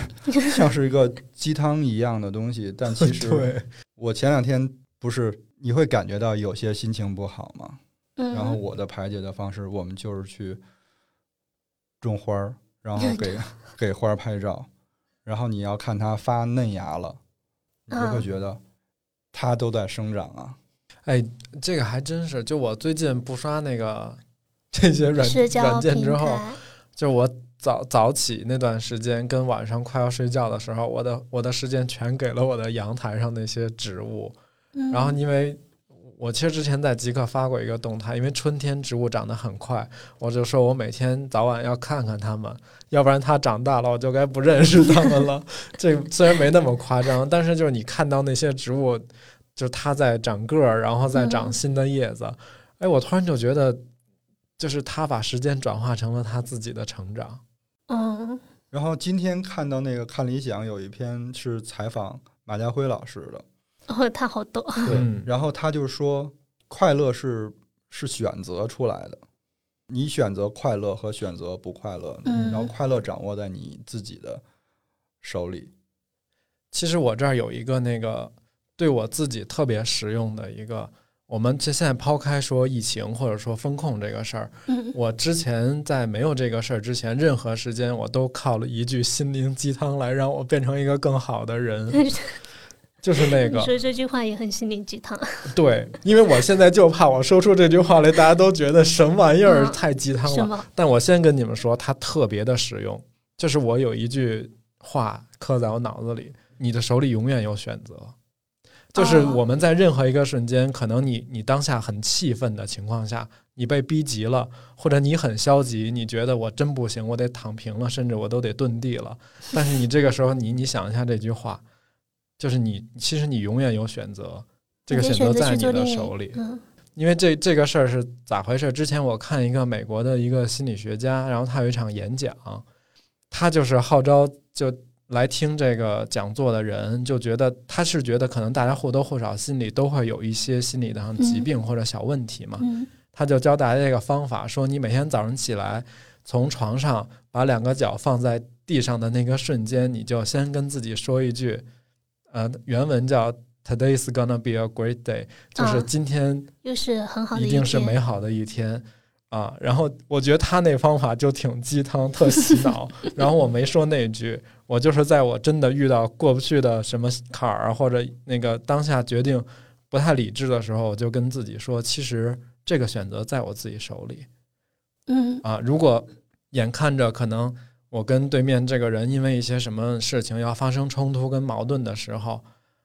F: 像是一个鸡汤一样的东西，但其实
B: 对，
F: 我前两天不是你会感觉到有些心情不好吗？
C: 嗯，
F: 然后我的排解的方式，我们就是去种花儿，然后给给花儿拍照，然后你要看它发嫩芽了，你就会
C: 嗯
F: 觉得它都在生长啊。
B: 哎，这个还真是，就我最近不刷那个 这些软
C: 社交
B: 软件
C: 平
B: 之后，
C: 台，
B: 就我早早起那段时间跟晚上快要睡觉的时候，我的我的时间全给了我的阳台上那些植物。
C: 嗯、
B: 然后因为我其实之前在极客发过一个动态，因为春天植物长得很快，我就说我每天早晚要看看它们，要不然它长大了我就该不认识它们 了。这虽然没那么夸张，但是就是你看到那些植物，就是它在长个儿，然后再长
C: 嗯
B: 新的叶子，哎，我突然就觉得。就是它把时间转化成了它自己的成长，
C: 嗯
F: 然后今天看到那个看理想有一篇是采访马家辉老师的，
C: 哦，他好逗，
F: 对，
B: 嗯
F: 然后他就说快乐是是选择出来的，你选择快乐和选择不快乐，
C: 嗯
F: 然后快乐掌握在你自己的手里。
B: 其实我这儿有一个那个对我自己特别实用的一个，我们这现在抛开说疫情或者说风控这个事儿，
C: 嗯
B: 我之前在没有这个事儿之前，任何时间我都靠了一句心灵鸡汤来让我变成一个更好的人，就是那
C: 你
B: 个
C: 说这句话也很心灵鸡 汤，
B: 对，因为我现在就怕我说出这句话来，大家都觉得什么玩意儿
C: 嗯
B: 太鸡汤
C: 是
B: 了。
C: 吗？
B: 但我先跟你们说，它特别的实用。就是我有一句话刻在我脑子里：你的手里永远有选择。就是
C: 哦
B: 我们在任何一个瞬间，可能你你当下很气愤的情况下，你被逼急了，或者你很消极，你觉得我真不行，我得躺平了，甚至我都得遁地了。但是你这个时候，你你想一下这句话，就是你其实你永远有选择，这个
C: 你可以
B: 选
C: 选
B: 择在
C: 择去
B: 你
C: 做
B: 的
C: 另一
B: 手里。
C: 嗯
B: 因为这这个事儿是咋回事？之前我看一个美国的一个心理学家，然后他有一场演讲，他就是号召就来听这个讲座的人，就觉得他是觉得可能大家或多或少心里都会有一些心理上疾病或者小问题嘛，
C: 嗯
B: 他就教大家这个方法，说你每天早上起来从床上把两个脚放在地上的那个瞬间，你就先跟自己说一句，呃，原文叫 "Today's gonna be a great day"，就是
C: 啊
B: 今天。
C: 又是很好的
B: 一定是
C: 天
B: 美好的一天啊。然后我觉得他那方法就挺鸡汤，特洗脑。然后我没说那句，我就是在我真的遇到过不去的什么坎儿，啊或者那个当下决定不太理智的时候，我就跟自己说，其实这个选择在我自己手里
C: 嗯
B: 啊。如果眼看着可能。我跟对面这个人因为一些什么事情要发生冲突跟矛盾的时候，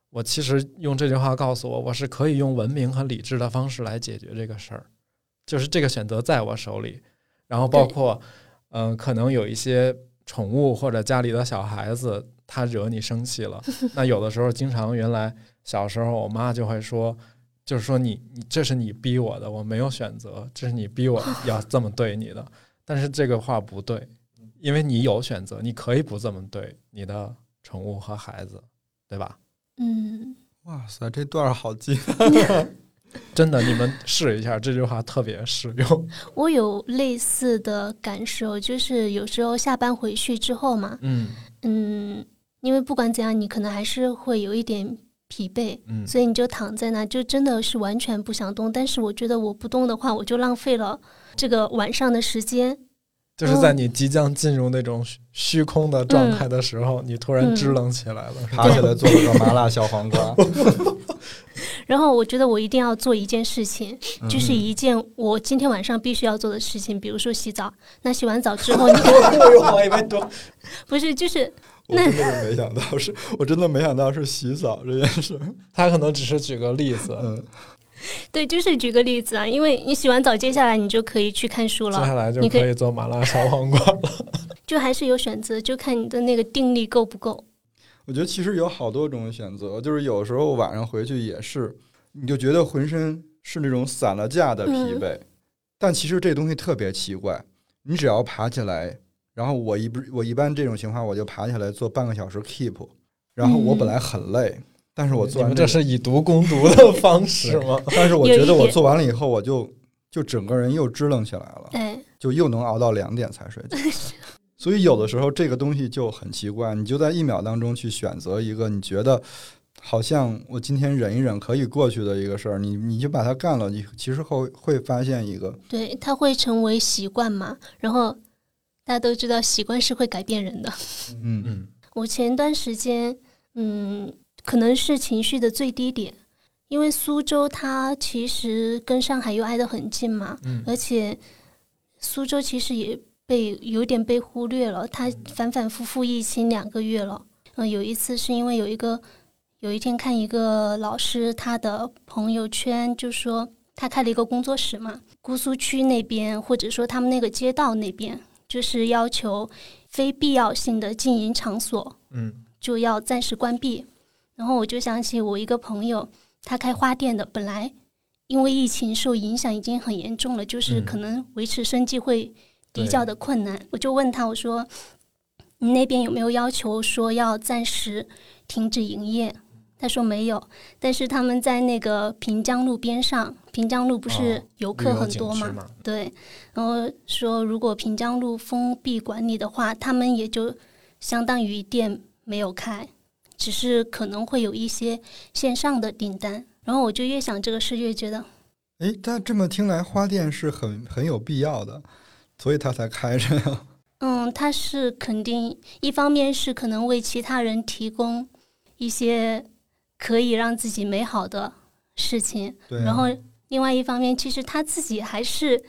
B: 我其实用这句话告诉我，我是可以用文明和理智的方式来解决这个事儿，就是这个选择在我手里。然后包
C: 对
B: 括，嗯、可能有一些宠物或者家里的小孩子，他惹你生气了，那有的时候经常原来小时候我妈就会说。就是说你你这是你逼我的，我没有选择，这是你逼我要这么对你的。但是这个话不对，因为你有选择，你可以不这么对你的宠物和孩子，对吧？
C: 嗯，
F: 哇塞，这段儿好记
B: 真的，你们试一下，这句话特别实 用。
C: 我有类似的感受，就是有时候下班回去之后嘛，
B: 嗯
C: 嗯，因为不管怎样，你可能还是会有一点疲惫，
B: 嗯
C: 所以你就躺在那，就真的是完全不想动。但是我觉得我不动的话，我就浪费了这个晚上的时间。
B: 就是在你即将进入那种虚虚空的状态的时候，你突然支棱起来了。
F: 爬起来做 了个麻辣小黄瓜，
C: 然后我觉得我一定要做一件事情，
B: 嗯
C: 就是一件我今天晚上必须要做的事情，比如说洗澡。那洗完澡之后，你
B: 我以为多，
C: 不是就是
F: 我真的是没想到是，我真的没想到是洗澡这件事。
B: 他可能只是举个例子。
F: 嗯，
C: 对，就是举个例子啊，因为你洗完澡，接下来你就可以去看书
B: 接
C: 了。
B: 下来就
C: 你可以
B: 可以做麻辣小黄瓜了。
C: 就还是有选择，就看你的那个定力够不够。
F: 我觉得其实有好多种选择，就是有时候
C: 嗯
F: 晚上回去也是，你就觉得浑身是那种散了架的疲惫，但其实这东西特别奇怪，你只要爬起来，然后我一不我一般这种情况我就爬起来做半个小时 keep，然后我本来很累，但是 我做
B: 你
F: 完
B: 们这是以毒攻毒的方式吗？
F: 但是我
C: 有
F: 觉
C: 一
F: 得我
C: 点
F: 做完了以后，我就就整个人又支棱起来了，
C: 哎，
F: 就又能熬到两点才睡觉。所以有的时候这个东西就很奇怪，你就在一秒当中去选择一个你觉得好像我今天忍一忍可以过去的一个事儿，你你就把它干了，你其实后会发现一个
C: 对，它会成为习惯嘛。然后大家都知道，习惯是会改变人的。
F: 嗯
B: 嗯，
C: 我前段时间，嗯，可能是情绪的最低点，因为苏州它其实跟上海又挨得很近嘛，
B: 嗯
C: 而且苏州其实也被有点被忽略了，它反反复复疫情两个月了。嗯、有一次是因为有一个有一天看一个老师他的朋友圈就说他开了一个工作室嘛，姑苏区那边或者说他们那个街道那边，就是要求非必要性的经营场所
B: 嗯
C: 就要暂时关闭。然后我就想起我一个朋友，他开花店的，本来因为疫情受影响已经很严重了，就是
B: 嗯
C: 可能维持生计会比
B: 对
C: 较的困难。我就问他，我说你那边有没有要求说要暂时停止营业？他说没有，但是他们在那个平江路边上，平江路不
B: 哦
C: 是游
B: 旅
C: 客
B: 游
C: 很
B: 景
C: 多
B: 区
C: 嘛，
B: 嘛
C: 对，然后说如果平江路封闭管理的话，他们也就相当于店没有开，只是可能会有一些线上的订单。然后我就越想这个事，越觉得
F: 哎，但这么听来花店是很很有必要的，所以它才开着呀。
C: 嗯，它是肯定，一方面是可能为其他人提供一些可以让自己美好的事情，
F: 对啊、
C: 然后另外一方面，其实他自己还是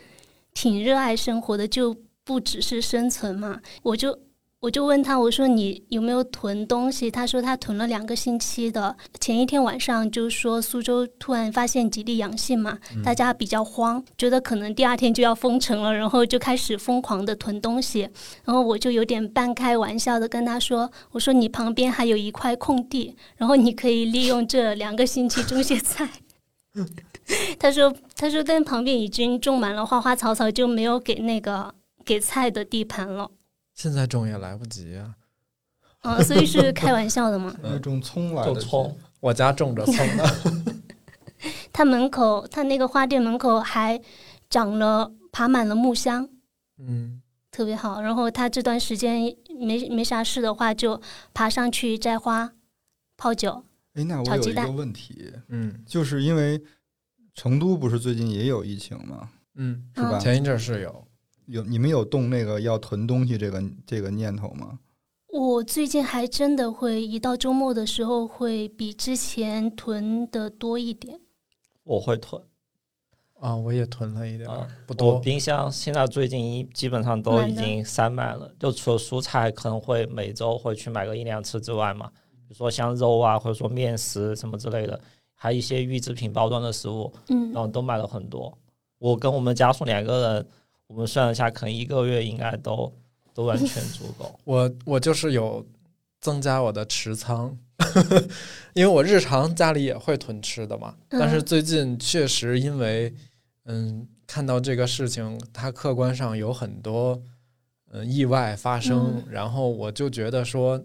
C: 挺热爱生活的，就不只是生存嘛。我就我就问他，我说你有没有囤东西？他说他囤了两个星期的。前一天晚上就说苏州突然发现几例阳性嘛，
F: 嗯
C: 大家比较慌，觉得可能第二天就要封城了，然后就开始疯狂的囤东西。然后我就有点半开玩笑的跟他说，我说你旁边还有一块空地，然后你可以利用这两个星期 种些菜。他说：“他说，但旁边已经种满了花花草草，就没有给那个给菜的地盘了。
B: 现在种也来不及啊。
C: 嗯，所以是开玩笑的嘛。
F: 那种葱来
E: 就
F: 的
E: 冲，
B: 我家种着葱呢，
C: 他门口，他那个花店门口还长了爬满了木香，
B: 嗯，
C: 特别好。然后他这段时间没没啥事的话，就爬上去摘花、泡酒。
F: 哎，那我
C: 炒
F: 有
C: 鸡
F: 一个
C: 蛋
F: 问题，
B: 嗯
F: 就是因为成都不是最近也有疫情吗？
B: 嗯，
F: 是吧？
C: 嗯
B: 前一阵儿是有，
F: 有你们有动那个要囤东西这个这个念头吗？
C: 我最近还真的会一到周末的时候，会比之前囤的多一点。
E: 我会囤
B: 啊，我也囤了一点儿
E: 啊，
B: 不
E: 我
B: 多。。
E: 冰箱现在最近一基本上都
C: 满
E: 已
C: 的
E: 经塞满了，就除了蔬菜可能会每周会去买个一两次之外嘛，比如说像肉啊，或者说面食什么之类的，还有一些预制品包装的食物，
C: 嗯
E: 然，后都买了很多。我跟我们家属两个人，我们算了一下，可能一个月应该都都完全足够
B: 我我就是有增加我的持仓， 因为我日常家里也会囤吃的嘛，
C: 嗯
B: 但是最近确实因为嗯看到这个事情，它客观上有很多嗯意外发生
C: 嗯，
B: 然后我就觉得说。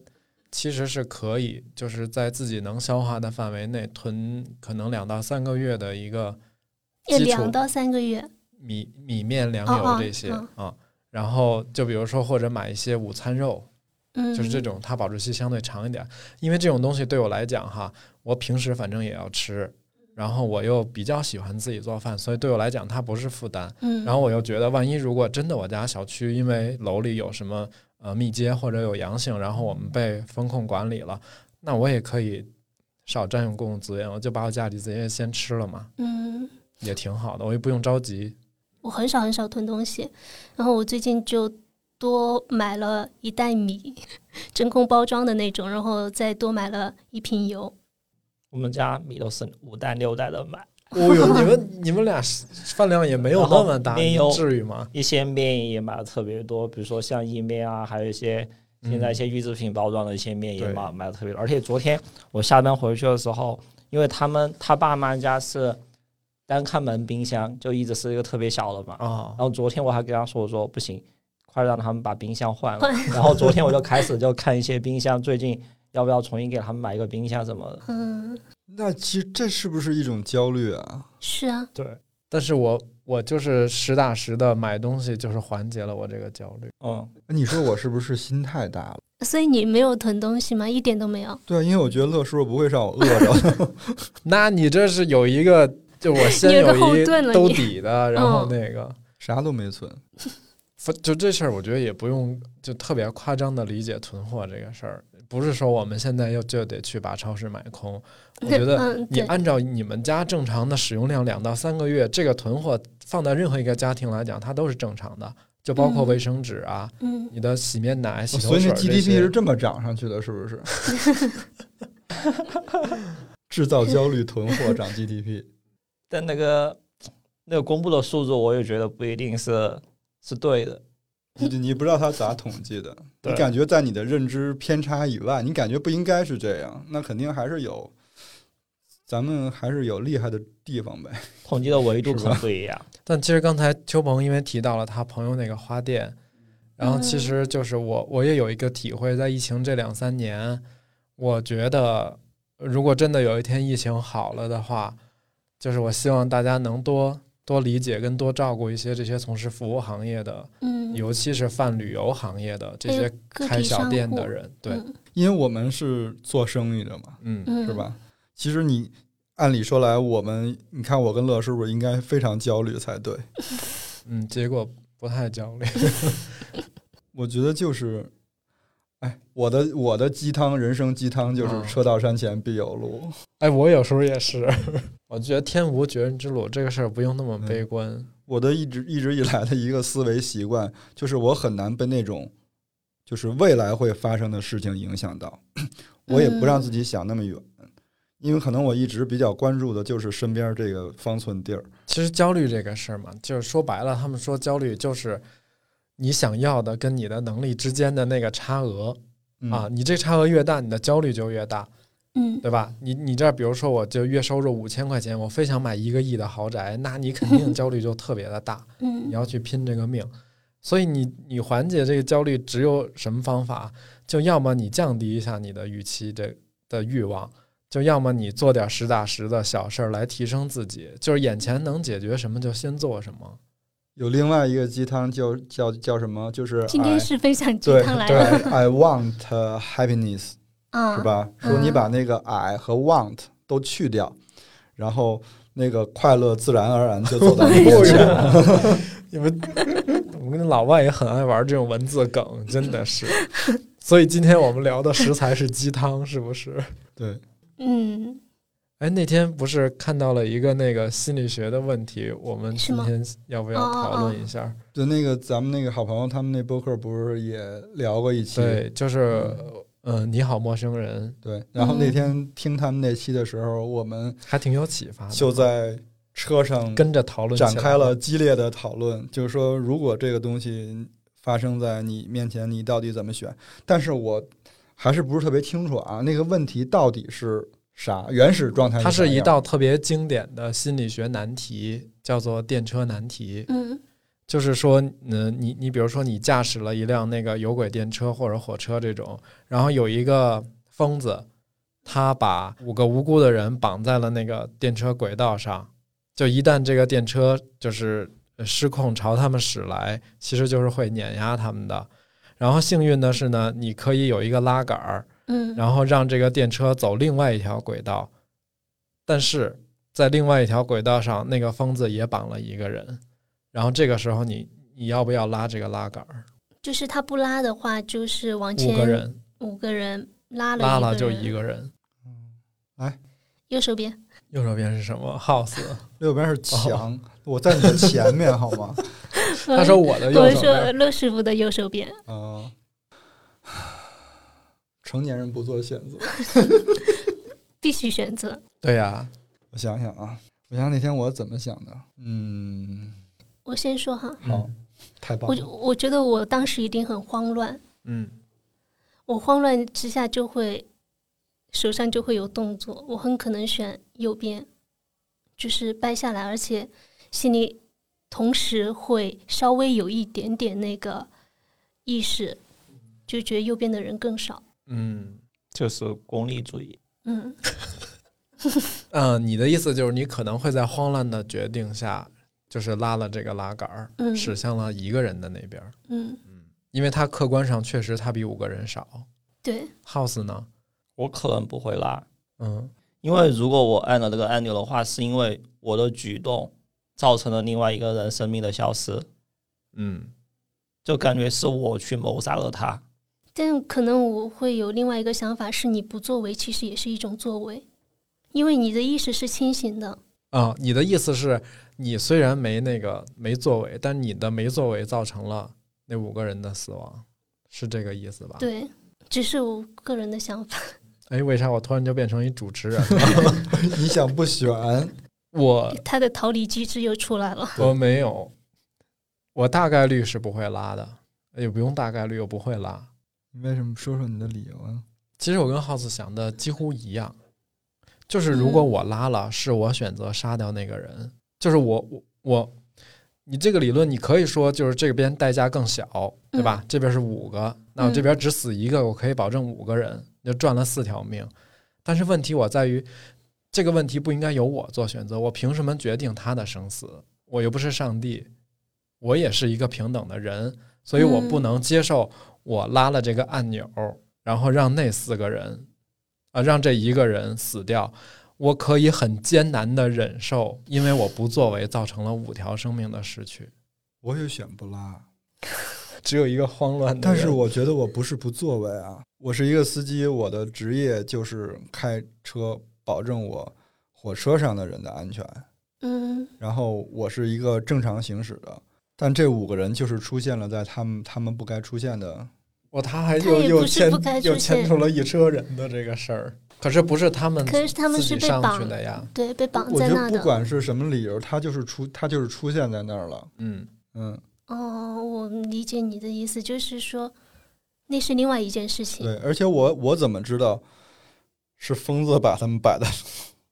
B: 其实是可以，就是在自己能消化的范围内囤，可能两到三个月的一个
C: 要
B: 基础
C: 两到三个月。
B: 米米面粮
C: 哦
B: 油
C: 哦
B: 这些
C: 嗯
B: 啊。然后就比如说，或者买一些午餐肉，
C: 嗯，
B: 就是这种，它保质期相对长一点。因为这种东西对我来讲哈，我平时反正也要吃，然后我又比较喜欢自己做饭，所以对我来讲它不是负担。
C: 嗯。
B: 然后我又觉得，万一如果真的我家小区因为楼里有什么呃密接或者有阳性，然后我们被风控管理了，那我也可以少占用公共资源，我就把我家里这些先吃了嘛，
C: 嗯，
B: 也挺好的，我也不用着急。
C: 我很少很少囤东西，然后我最近就多买了一袋米， 真空包装的那种，然后再多买了一瓶油。
E: 我们家米都是五袋六袋的买，
B: 哦呦，你们你们俩饭量也没有那么大，
E: 然后面
B: 你
E: 有
B: 至于吗？
E: 一些面也买的特别多，比如说像意面啊，还有一些现在一些预制品包装的一些面也
B: 嗯对
E: 买买的特别多。而且昨天我下班回去的时候，因为他们他爸妈家是
D: 单看门冰箱就一直是一个特别小的嘛。
B: 啊
D: 然，
C: 哦
D: 后昨天我还跟他说，我说不行，快让他们把冰箱换了
C: 换。
D: 然后昨天我就开始就看一些冰箱，最近要不要重新给他们买一个冰箱什么的。
C: 嗯，
F: 那其实这是不是一种焦虑啊？
C: 是啊，
D: 对，
B: 但是我我就是实打实的买东西，就是缓解了我这个焦虑。
D: 嗯，
F: 你说我是不是心太大了？
C: 所以你没有囤东西吗？一点都没有。
F: 对啊，因为我觉得乐叔叔不会让我饿着。
B: 那你这是有一个，就 我先
C: 你有个后
B: 一
C: 盾了
B: 兜
C: 你嗯
B: 底的，然后那个，
F: 啥都没存，
B: 不就这事儿，我觉得也不用就特别夸张的理解囤货这个事儿，不是说我们现在要就得去把超市买空。我觉得
C: 嗯，
B: 你
C: 对，
B: 按照你们家正常的使用量两到三个月，这个囤货放在任何一个家庭来讲，它都是正常的，就包括
C: 嗯
B: 卫生纸啊、
C: 嗯，
B: 你的洗面奶、洗头
F: 所以
B: 水
F: 那
B: 儿这
F: GDP
B: 些
F: 是。这么涨上去的，是不是？ 制造焦虑，囤货涨 GDP。
D: 但那个那个公布的数字，我也觉得不一定是是对的。
F: 你你不知道他咋统计的，你
D: 对
F: 感觉在你的认知偏差以外，你感觉不应该是这样，那肯定还是有，咱们还是有厉害的地方呗。
D: 统计的维度
F: 是
D: 可能不一样。
B: 但其实刚才邱鹏因为提到了他朋友那个花店，然后
C: 嗯
B: 其实就是我我也有一个体会，在疫情这两三年，我觉得如果真的有一天疫情好了的话，就是我希望大家能多多理解跟多照顾一些这些从事服务行业的，
C: 嗯，
B: 尤其是泛旅游行业的这些
C: 个
B: 开
C: 体
B: 小
C: 商
B: 店的
C: 户
B: 人，对，
C: 嗯
F: 因为我们是做生意的嘛，
B: 嗯，
C: 嗯，
F: 是？吧？其实你按理说来，我们你看我跟乐师傅应该非常焦虑才对。
B: 嗯，结果不太焦虑，
F: 我觉得就是，哎，我的我的鸡汤人生鸡汤就是
B: 嗯
F: “车到山前必有路”
B: 哎，我有时候也是， 我觉得天无绝人之路这个事儿不用那么悲观，
F: 我的一直一直以来的一个思维习惯，就是我很难被那种就是未来会发生的事情影响到， 我也不让自己想那么远，因为可能我一直比较关注的就是身边这个方寸地儿。
B: 其实焦虑这个事儿嘛，就是说白了，他们说焦虑就是你想要的跟你的能力之间的那个差额、
F: 嗯、
B: 啊，，你这差额越大，你的焦虑就越大，
C: 嗯，
B: 对吧？你你这儿比如说，我就月收入五千块钱，我非想买一个亿的豪宅，那你肯定焦虑就特别的大，
C: 嗯，
B: 你要去拼这个命。所以你你缓解这个焦虑只有什么方法？就要么你降低一下你的预期这的欲望，就要么你做点实打实的小事儿来提升自己，就是眼前能解决什么就先做什么。
F: 有另外一个鸡汤叫叫叫什么？就是哎
C: 今天
F: I-
C: 是分享鸡
F: 对
C: 汤来
F: 对
C: 了，
F: ，I want happiness
C: 啊，
F: 是？吧？说你把那个 I 和 want 都去掉，然后那个快乐自然而然就走到 你面前了。
B: 你们， 我们老外也很爱玩这种文字梗，真的是。所以今天我们聊的食材是鸡汤，是不是？
F: 对，
C: 嗯，
B: 哎，那天不是看到了一个那个心理学的问题，我们
C: 是
B: 今
C: 吗
B: 天要不要
C: 哦哦
B: 讨论
C: 哦
B: 一下？
F: 就那个咱们那个好朋友他们那播客不是也聊过一期？
B: 对，就是嗯、呃你好陌生人，
F: 对然后那
C: 嗯
F: 天听他们那期的时候，我们
B: 还挺有启发的，
F: 就在车上
B: 跟着讨论起
F: 展
B: 来
F: 开了。激烈的讨论，就是说如果这个东西发生在你面前，你到底怎么选？但是我还是不是特别清楚啊，那个问题到底是啥？原始状态
B: 它
F: 啥
B: 是一
F: 样
B: 道特别经典的心理学难题，叫做电车难题。
C: 嗯，
B: 就是说，嗯，你你比如说你驾驶了一辆那个有轨电车或者火车这种，然后有一个疯子，他把五个无辜的人绑在了那个电车轨道上，就一旦这个电车就是呃失控朝他们驶来，其实就是会碾压他们的。然后幸运的是呢，你可以有一个拉杆儿，
C: 嗯，
B: 然后让这个电车走另外一条轨道，但是在另外一条轨道上，那个疯子也绑了一个人，然后这个时候你你要不要拉这个拉杆儿？
C: 就是他不拉的话，就是往前
B: 五个，人
C: 五个人拉了
B: 拉了就
C: 人
B: 一个人，
C: 右手边，
B: 右手边是什么？House。
F: 右边是
B: 哦
F: 墙，我在你的前面好 吗？
B: 他说我的
C: 我
B: 右
C: 是
B: 手
C: 说
B: 边，
C: 乐师傅的右手边，
F: 啊、成年人不做选择。
C: 必须选择。
B: 对呀、
F: 我想想啊，我想想那天我怎么想的？嗯，
C: 我先说哈，
F: 好，
B: 嗯
F: 太棒
C: 我
F: 了。
C: 我觉得我当时一定很慌乱，
B: 嗯，
C: 我慌乱之下就会手上就会有动作，我很可能选右边，就是掰下来，而且心里同时会稍微有一点点那个意识，就觉得右边的人更少。
B: 嗯
E: 就是功利主义。
C: 嗯，
B: 嗯、呃你的意思就是你可能会在慌乱的决定下，就是拉了这个拉杆儿，
C: 嗯
B: 驶向了一个人的那边儿，
C: 嗯，
B: 因为他客观上确实他比五个人少。
C: 对，
B: House 呢？
E: 我可能不会拉，
B: 嗯
E: 因为如果我按了这个按钮的话，是因为我的举动造成了另外一个人生命的消失，
B: 嗯
E: 就感觉是我去谋杀了他。
C: 但可能我会有另外一个想法，是你不作为其实也是一种作为，因为你的意识是清醒的。
B: 啊，你的意思是，你虽然没那个没作为，但你的没作为造成了那五个人的死亡，是这个意思
F: 啊
B: 吧？。
C: 对，只是我个人的想法。
B: 哎，为啥我突然就变成一主持人了？
F: 你想不选，
B: 我
C: 他的逃离机制又出来 了。
B: 我没有，我大概率是不会拉的，也不用大概率，我不会拉。
F: 你为什么说说你的理由啊？
B: 其实我跟 House 想的几乎一样，就是如果我拉了，是我选择杀掉那个人，就是我我我，你这个理论你可以说就是这边代价更小，对吧？这边是五个，那我这边只死一个，我可以保证五个人就赚了四条命。但是问题我在于，这个问题不应该由我做选择，我凭什么决定他的生死？我又不是上帝，我也是一个平等的人，所以我不
C: 嗯
B: 能接受我拉了这个按钮，然后让那四个人，啊、让这一个人死掉。我可以很艰难的忍受，因为我不作为造成了五条生命的失去，
F: 我也选不拉，
B: 只有一个慌乱的
F: 但
B: 人。
F: 是我觉得我不是不作为啊，我是一个司机，我的职业就是开车，保证我火车上的人的安全。
C: 嗯
F: 然后我是一个正常行驶的，但这五个人就是出现了在他们他们不该出现的。
B: 我他还
C: 他
B: 又
C: 也
B: 又
C: 不是
B: 牵
C: 不该
B: 又
C: 出
B: 牵
C: 现
B: 出了一车人的这个事儿，可是不是他们
C: 可是他们
B: 自己
C: 是被
B: 上去
C: 绑
B: 的呀，
C: 对，被绑
F: 我
C: 在
F: 觉
C: 那
F: 得不
C: 的。
F: 管是什么理由，他就是出他就是出现在那儿了。
B: 嗯，
F: 嗯，
C: 哦，我理解你的意思，就是说那是另外一件事情。
F: 对，而且我我怎么知道是疯子把他们摆在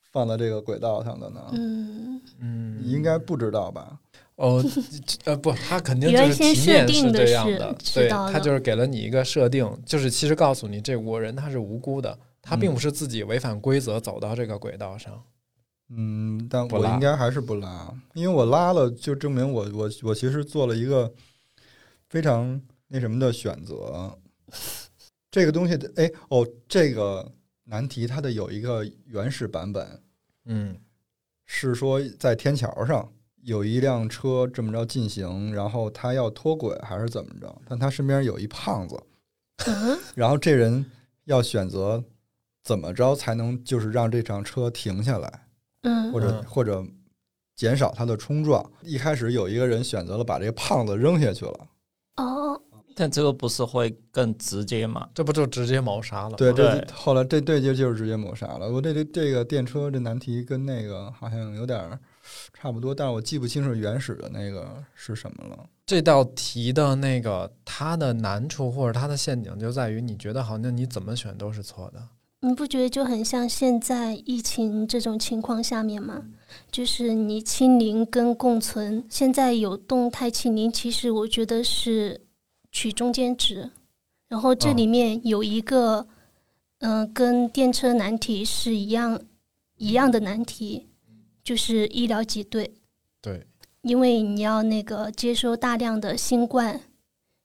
F: 放在这个轨道上的呢？
C: 嗯，
B: 嗯
F: 你应该不知道吧？
B: 哦，这呃不，他肯定就
C: 原
B: 是
C: 先
B: 题
C: 设
B: 面
C: 定
B: 是
C: 的
B: 这样
C: 是
B: 的，
C: 知
B: 对，
C: 道
B: 他
C: 的
B: 就是给了你一个设定，就是其实告诉你这五个人他是无辜的，他并
F: 嗯
B: 不是自己违反规则走到这个轨道上。
F: 嗯，但
B: 不
F: 我
B: 拉
F: 应该还是不拉，因为我拉了就证明我我我其实做了一个非常那什么的选择。这个东西的，哎哦，这个难题它的有一个原始版本
B: 嗯
F: 是说在天桥上有一辆车这么着进行，然后他要脱轨还是怎么着？但他身边有一胖子，啊
C: 嗯
F: 然后这人要选择怎么着才能就是让这辆车停下来。
C: 嗯
F: 或者
B: 嗯
F: 或者减少它的冲撞。一开始有一个人选择了把这个胖子扔下去了，
C: 哦，
E: 但这个不是会更直接吗？
B: 这不就直接谋杀了？
F: 对，这
E: 对
F: 后来这对就就是直接抹杀了。我这这这个电车这难题跟那个好像有点儿差不多，但是我记不清是原始的那个是什么了。
B: 这道题的那个它的难处或者它的陷阱就在于，你觉得好像你怎么选都是错的。
C: 你不觉得就很像现在疫情这种情况下面吗？就是你清零跟共存，现在有动态清零，其实我觉得是取中间值。然后这里面有一个，嗯、跟电车难题是一样一样的难题，就是医疗挤兑。
B: 对，
C: 因为你要那个接收大量的新冠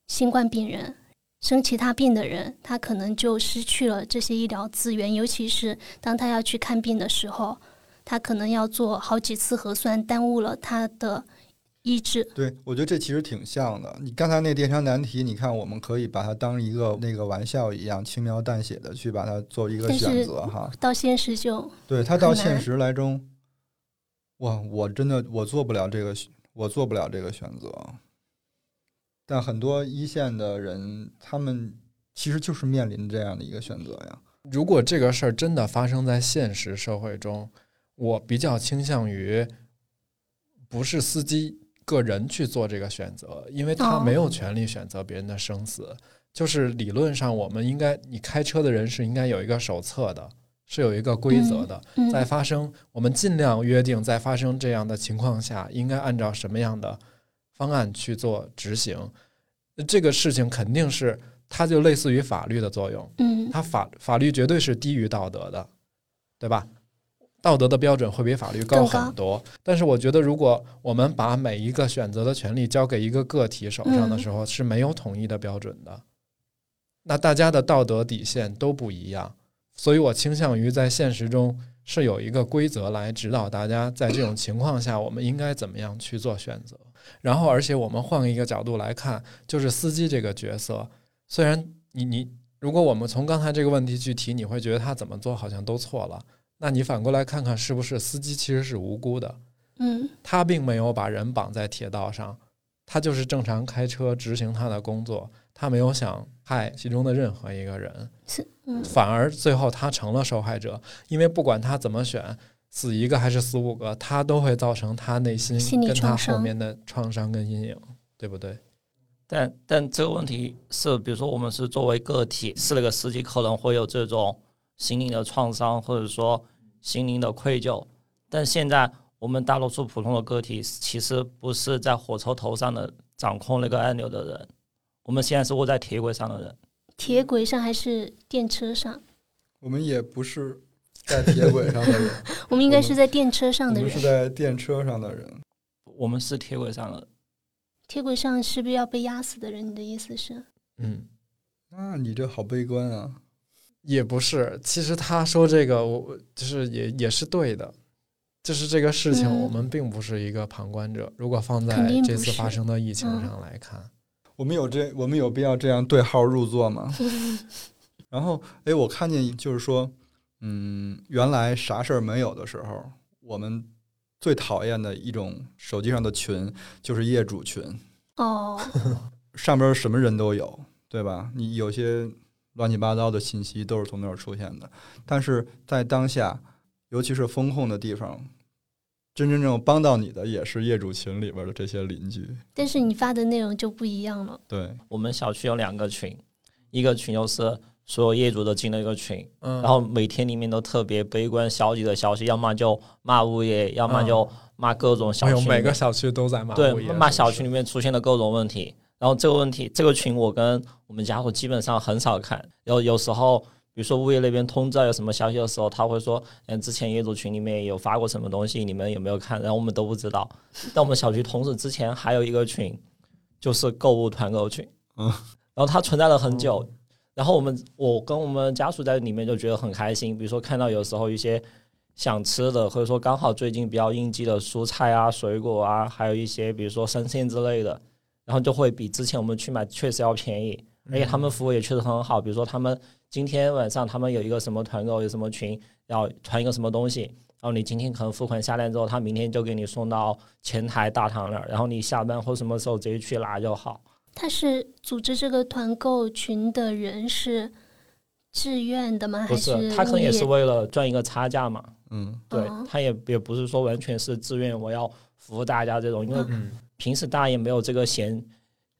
C: 新冠病人，生其他病的人，他可能就失去了这些医疗资源，尤其是当他要去看病的时候，他可能要做好几次核酸，耽误了他的医治。
F: 对，我觉得这其实挺像的。你刚才那电商难题，你看我们可以把它当一个那个玩笑一样，轻描淡写的去把它做一个
C: 但是
F: 选择哈。
C: 到现实就
F: 对他到
C: 很难
F: 现实来中，哇，我真的我做不了这个选，我做不了这个选择。但很多一线的人，他们其实就是面临这样的一个选择呀。
B: 如果这个事儿真的发生在现实社会中，我比较倾向于不是司机个人去做这个选择，因为他
C: 哦
B: 没有权利选择别人的生死。就是理论上，我们应该，你开车的人是应该有一个手册的，是有一个规则的，
C: 嗯
B: 在发生我们尽量约定，在发生这样的情况下，应该按照什么样的方案去做执行。这个事情肯定是它就类似于法律的作用，
C: 嗯
B: 它法法律绝对是低于道德的，对吧？道德的标准会比法律高
C: 更高
B: 很多，但是我觉得，如果我们把每一个选择的权利交给一个个体手上的
C: 嗯
B: 时候，是没有统一的标准的。那大家的道德底线都不一样，所以我倾向于在现实中是有一个规则来指导大家，在这种情况下，我们应该怎么样去做选择。然后，而且我们换一个角度来看，就是司机这个角色，虽然你你，如果我们从刚才这个问题去提，你会觉得他怎么做好像都错了。那你反过来看看，是不是司机其实是无辜的？
C: 嗯
B: 他并没有把人绑在铁道上，他就是正常开车执行他的工作，他没有想害其中的任何一个人，
C: 是嗯
B: 反而最后他成了受害者，因为不管他怎么选，死一个还是死五个，他都会造成他内心
C: 心理
B: 跟他
C: 创
B: 后
C: 伤
B: 面的创伤跟阴影，对不对？
E: 但但这个问题是，比如说我们是作为个体，是那个司机可能会有这种心灵的创伤，或者说心灵的愧疚。但现在我们大多数普通的个体，其实不是在火车头上的掌控那个按钮的人，我们现在是握在铁轨上的人。
C: 铁轨上还是电车上？
F: 我们也不是在铁轨 上的人，
C: 我们应该
F: 我们
C: 是在电车上
F: 我
C: 的
F: 们
C: 人
F: 是。在电车上的人。
E: 我们是铁轨上的人，
C: 铁轨上是不是要被压死的人？你的意思是？
B: 嗯。
F: 那你这好悲观啊！
B: 也不是，其实他说这个，我我就是也也是对的，就是这个事情，
C: 嗯
B: 我们并不是一个旁观者。如果放
C: 肯
B: 在
C: 定不
B: 这次发
C: 是
B: 生的疫情
C: 嗯
B: 上来 看，
F: 我们有这，我们有必要这样对号入座吗？ 然后，哎，我看见就是说，嗯，原来啥事儿没有的时候，我们最讨厌的一种手机上的群就是业主群，
C: 哦，
F: 上边儿什么人都有，对吧？你有些乱七八糟的信息都是从那儿出现的，但是在当下，尤其是风控的地方，真真正正帮到你的也是业主群里边儿的这些邻居，
C: 但是你发的内容就不一样了。
F: 对。
E: 我们小区有两个群，一个群就是所有业主都进了一个群，
B: 嗯，
E: 然后每天里面都特别悲观消极的消息，要么就骂物业，要么就骂各种小
B: 嗯哎
E: 区
B: 呦，
E: 里面、
B: 每个小区都在骂
E: 对
B: 物业
E: 骂
B: 是不
E: 小
B: 是
E: 区里面出现的各种问题。然后这个问题，这个群我跟我们家伙基本上很少看，然后有时候。比如说物业那边通知有什么消息的时候，他会说：“嗯，之前业主群里面有发过什么东西，你们有没有看？”然后我们都不知道。但我们小区同时之前还有一个群，就是购物团购群，
F: 嗯
E: 然后它存在了很久。然后我们我跟我们家属在里面就觉得很开心，比如说看到有时候一些想吃的，或者说刚好最近比较应季的蔬菜啊、水果啊，还有一些比如说生鲜之类的，然后就会比之前我们去买确实要便宜，而且他们服务也确实很好。比如说他们今天晚上他们有一个什么团购，有什么群要团一个什么东西，然后你今天可能付款下单之后，他明天就给你送到前台大堂那儿，然后你下班或什么时候直接去拿就好。
C: 他是组织这个团购群的人是志愿的吗？
E: 不
C: 还
E: 是，他可能也是为了赚一个差价嘛。
F: 嗯，
C: 物业
E: 对
C: 哦，
E: 他也也不是说完全是自愿，我要服务大家这种，因为
C: 嗯
B: 嗯，
E: 平时大家也没有这个闲，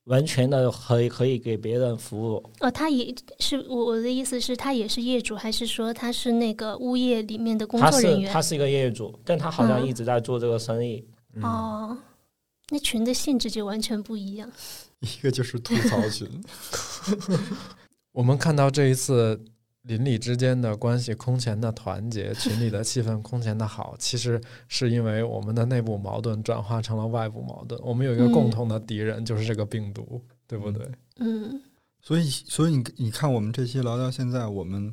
E: 完全的可以可以给别人服务。
C: 哦，他也是我我的意思是，他也是业主，还是说他是那个物业里面的工
E: 他
C: 作
E: 是
C: 人员
E: 他？是一个业主，但他好像
C: 嗯
E: 一直在做这个生意。
B: 嗯
C: 哦，那群的性质就完全不一样。
F: 一个就是吐槽群，
B: 我们看到这一次邻里之间的关系空前的团结，群里的气氛空前的 好，其实是因为我们的内部矛盾转化成了外部矛盾，我们有一个共
C: 嗯
B: 同的敌人，就是这个病毒，对不对？
C: 嗯，
F: 所以，所以你你看，我们这期聊到现在，我们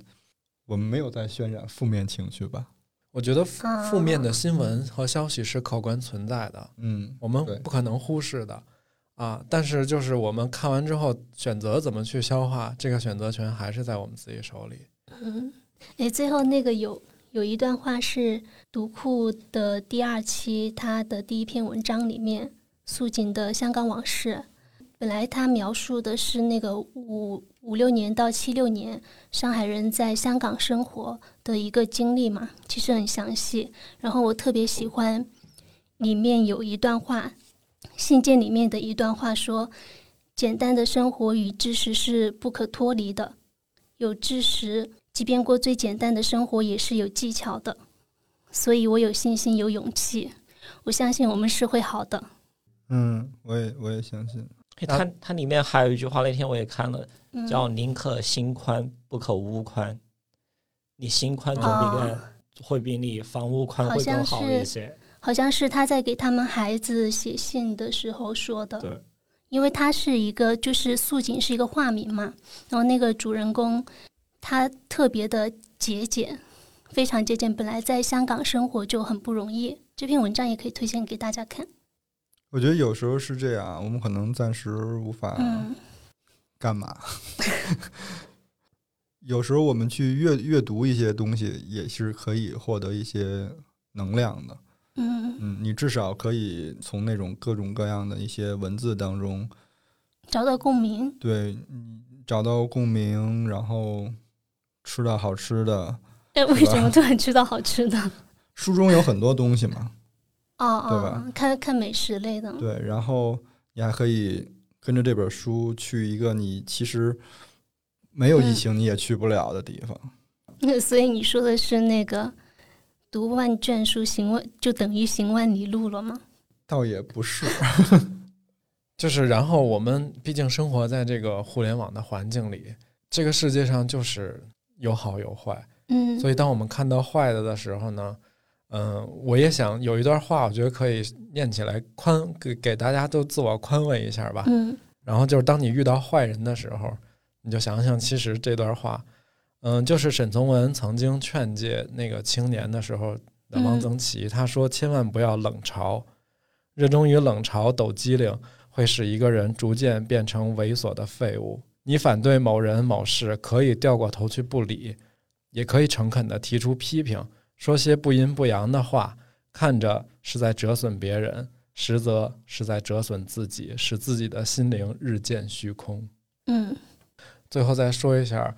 F: 我们没有在渲染负面情绪吧？
B: 我觉得负
C: 啊
B: 负面的新闻和消息是客观存在的，
F: 嗯，
B: 我们
F: 对
B: 不可能忽视的啊。但是就是我们看完之后，选择怎么去消化，这个选择权还是在我们自己手里。
C: 嗯，哎，最后那个有有一段话是读库的第二期，他的第一篇文章里面，素锦的香港往事。本来他描述的是那个五五六年到七六年上海人在香港生活的一个经历嘛，其实很详细。然后我特别喜欢里面有一段话，信件里面的一段话说：“简单的生活与知识是不可脱离的，有知识即便过最简单的生活，也是有技巧的。所以我有信心，有勇气，我相信我们是会好的。
F: 嗯，我也我也相信。
E: 哎它它里面还有一句话，那天我也看了，
C: 嗯，
E: 叫“宁可心宽，不可屋宽”。你心宽总比
C: 哦
E: 个会比你房屋宽
C: 好
E: 会更
C: 像
E: 好
C: 是
E: 一些。
C: 好像是他在给他们孩子写信的时候说的。
E: 对，
C: 因为他是一个就是素锦是一个化名嘛，然后那个主人公他特别的节俭，非常节俭，本来在香港生活就很不容易。这篇文章也可以推荐给大家看。
F: 我觉得有时候是这样，啊我们可能暂时无法
C: 嗯
F: 干嘛。 有时候我们去阅阅读一些东西，也是可以获得一些能量的。
C: 嗯，
F: 嗯，你至少可以从那种各种各样的一些文字当中，
C: 找到共鸣。
F: 对你找到共鸣，然后吃到好吃的。
C: 哎，为什么突然吃到好吃的？
F: 书中有很多东西嘛，
C: 哦
F: 对吧
C: 哦，看看美食类的。
F: 对，然后你还可以跟着这本书去一个你其实没有疫情你也去不了的地方。
C: 那 所以你说的是那个读万卷书行万就等于行万里路了吗？
F: 倒也不是，
B: 就是，然后我们毕竟生活在这个互联网的环境里，这个世界上就是有好有坏，
C: 嗯，
B: 所以当我们看到坏的的时候呢，嗯、我也想有一段话，我觉得可以念起来宽给给大家都自我宽慰一下吧。
C: 嗯
B: 然后就是当你遇到坏人的时候，你就想想，其实这段话，嗯、就是沈从文曾经劝诫那个青年的时候的王
C: 嗯
B: 曾祺，他说千万不要冷嘲，热衷于冷嘲抖机灵，会使一个人逐渐变成猥琐的废物。你反对某人某事，可以掉过头去不理，也可以诚恳地提出批评，说些不阴不阳的话，看着是在折损别人，实则是在折损自己，使自己的心灵日渐虚空。
C: 嗯
B: 最后再说一下，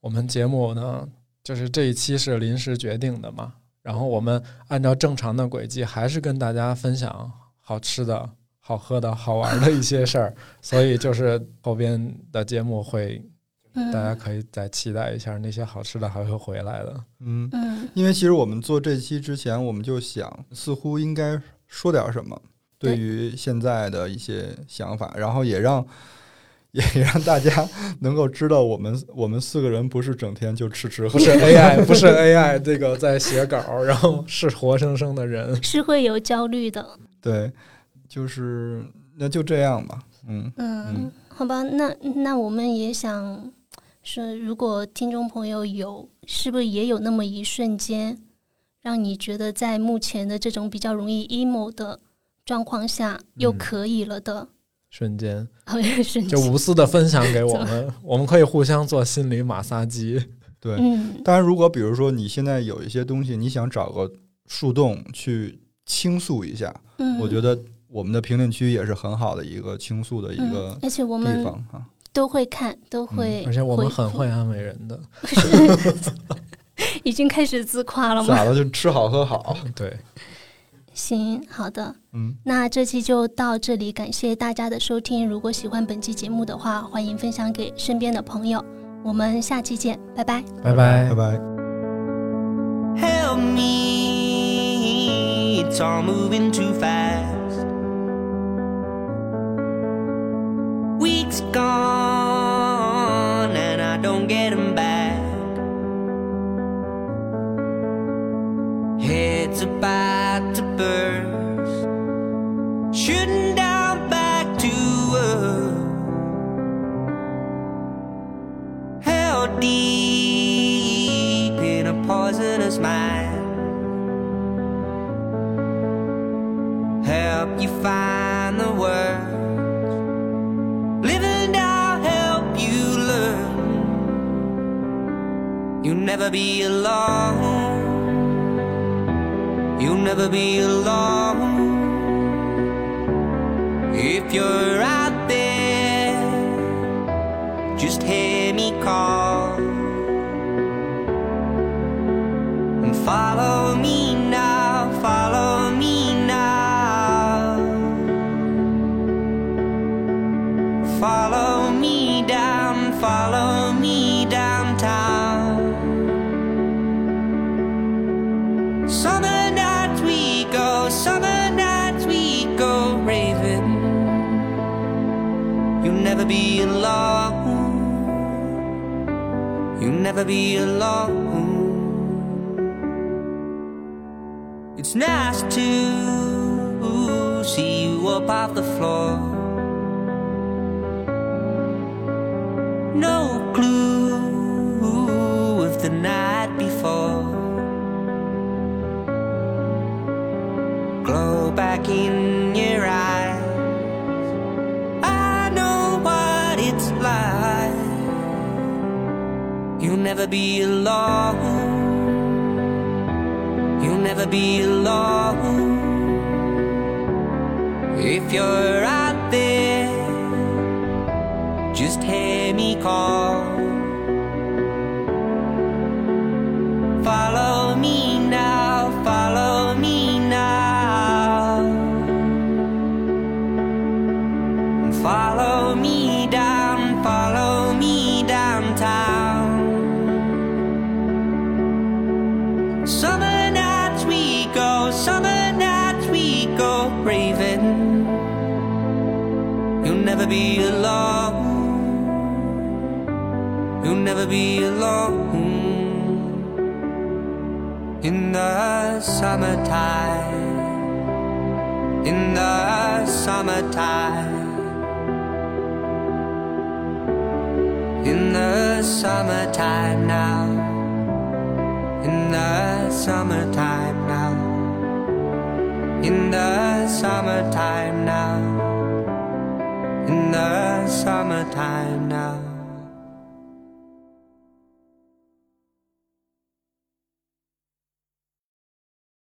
B: 我们节目呢，就是这一期是临时决定的嘛，然后我们按照正常的轨迹，还是跟大家分享好吃的、好喝的、好玩的一些事儿，所以就是后边的节目会，
C: 嗯，
B: 大家可以再期待一下那些好吃的还会回来的。
F: 嗯，
C: 嗯
F: 因为其实我们做这期之前，我们就想，似乎应该说点什么，对
C: 对
F: 于现在的一些想法，然后也让 也也让大家能够知道，我们我们四个人不是整天就吃吃喝
B: 不是 AI，不是 AI，这个在写稿，然后是活生生的人。
C: 是会有焦虑的。
F: 对，就是那就这样吧，嗯，
C: 嗯，
F: 嗯
C: 好吧，那那我们也想说，如果听众朋友有，是不是也有那么一瞬间，让你觉得在目前的这种比较容易 emo 的状况下，又
B: 嗯
C: 可以了的，
B: 瞬间
C: 瞬
B: 就
C: 间，
B: 无私的分享给我 们，我们可以互相做心理马杀鸡。
F: 对。
C: 嗯
F: 当然，如果比如说你现在有一些东西，你想找个树洞去倾诉一下，
C: 嗯，
F: 我觉得我们的评论区也是很好的一个倾诉的一个
C: 嗯，而且我
F: 地
C: 们
F: 方啊。
C: 都会看，都会回
B: 嗯
C: 复，
B: 而且我们很会安慰人的，
C: 已经开始自夸了吗？
B: 啊
F: 咋了？就吃好喝好。
B: 对，
C: 行，好的，
F: 嗯，
C: 那这期就到这里，感谢大家的收听。如果喜欢本期节目的话，欢迎分享给身边的朋友。我们下期见，拜拜。
B: 拜
C: 哎
B: 拜
F: 拜。拜。
A: Help me, it's all moving too fast. Weeks gone, and I don't get them back. Heads about to burst, shooting down back to earth held deep in a poisonous mind. Help you find the words. Living I'll help you learn. You'll never be alone. You'll never be alone. If you're out there just hear me call and follow me now follow me now follow me down follow me downtown Summer nights we go, summer nights we go raving. You'll never be alone. You'll never be alone. It's nice to see you up off the floor. No clue if the night before. glow back in your eyes. I know what it's like. You'll never be alone. You'll never be alone. If you're out there, just hear me call. Follow me now, follow me now. Follow me down, follow me downtown. Summer nights we go, summer nights we go raving. You'll never be alone. You'll never be alone in the summertime. In the summertime. in the summertime now. In the summertime now. In the summertime now. In the summertime now.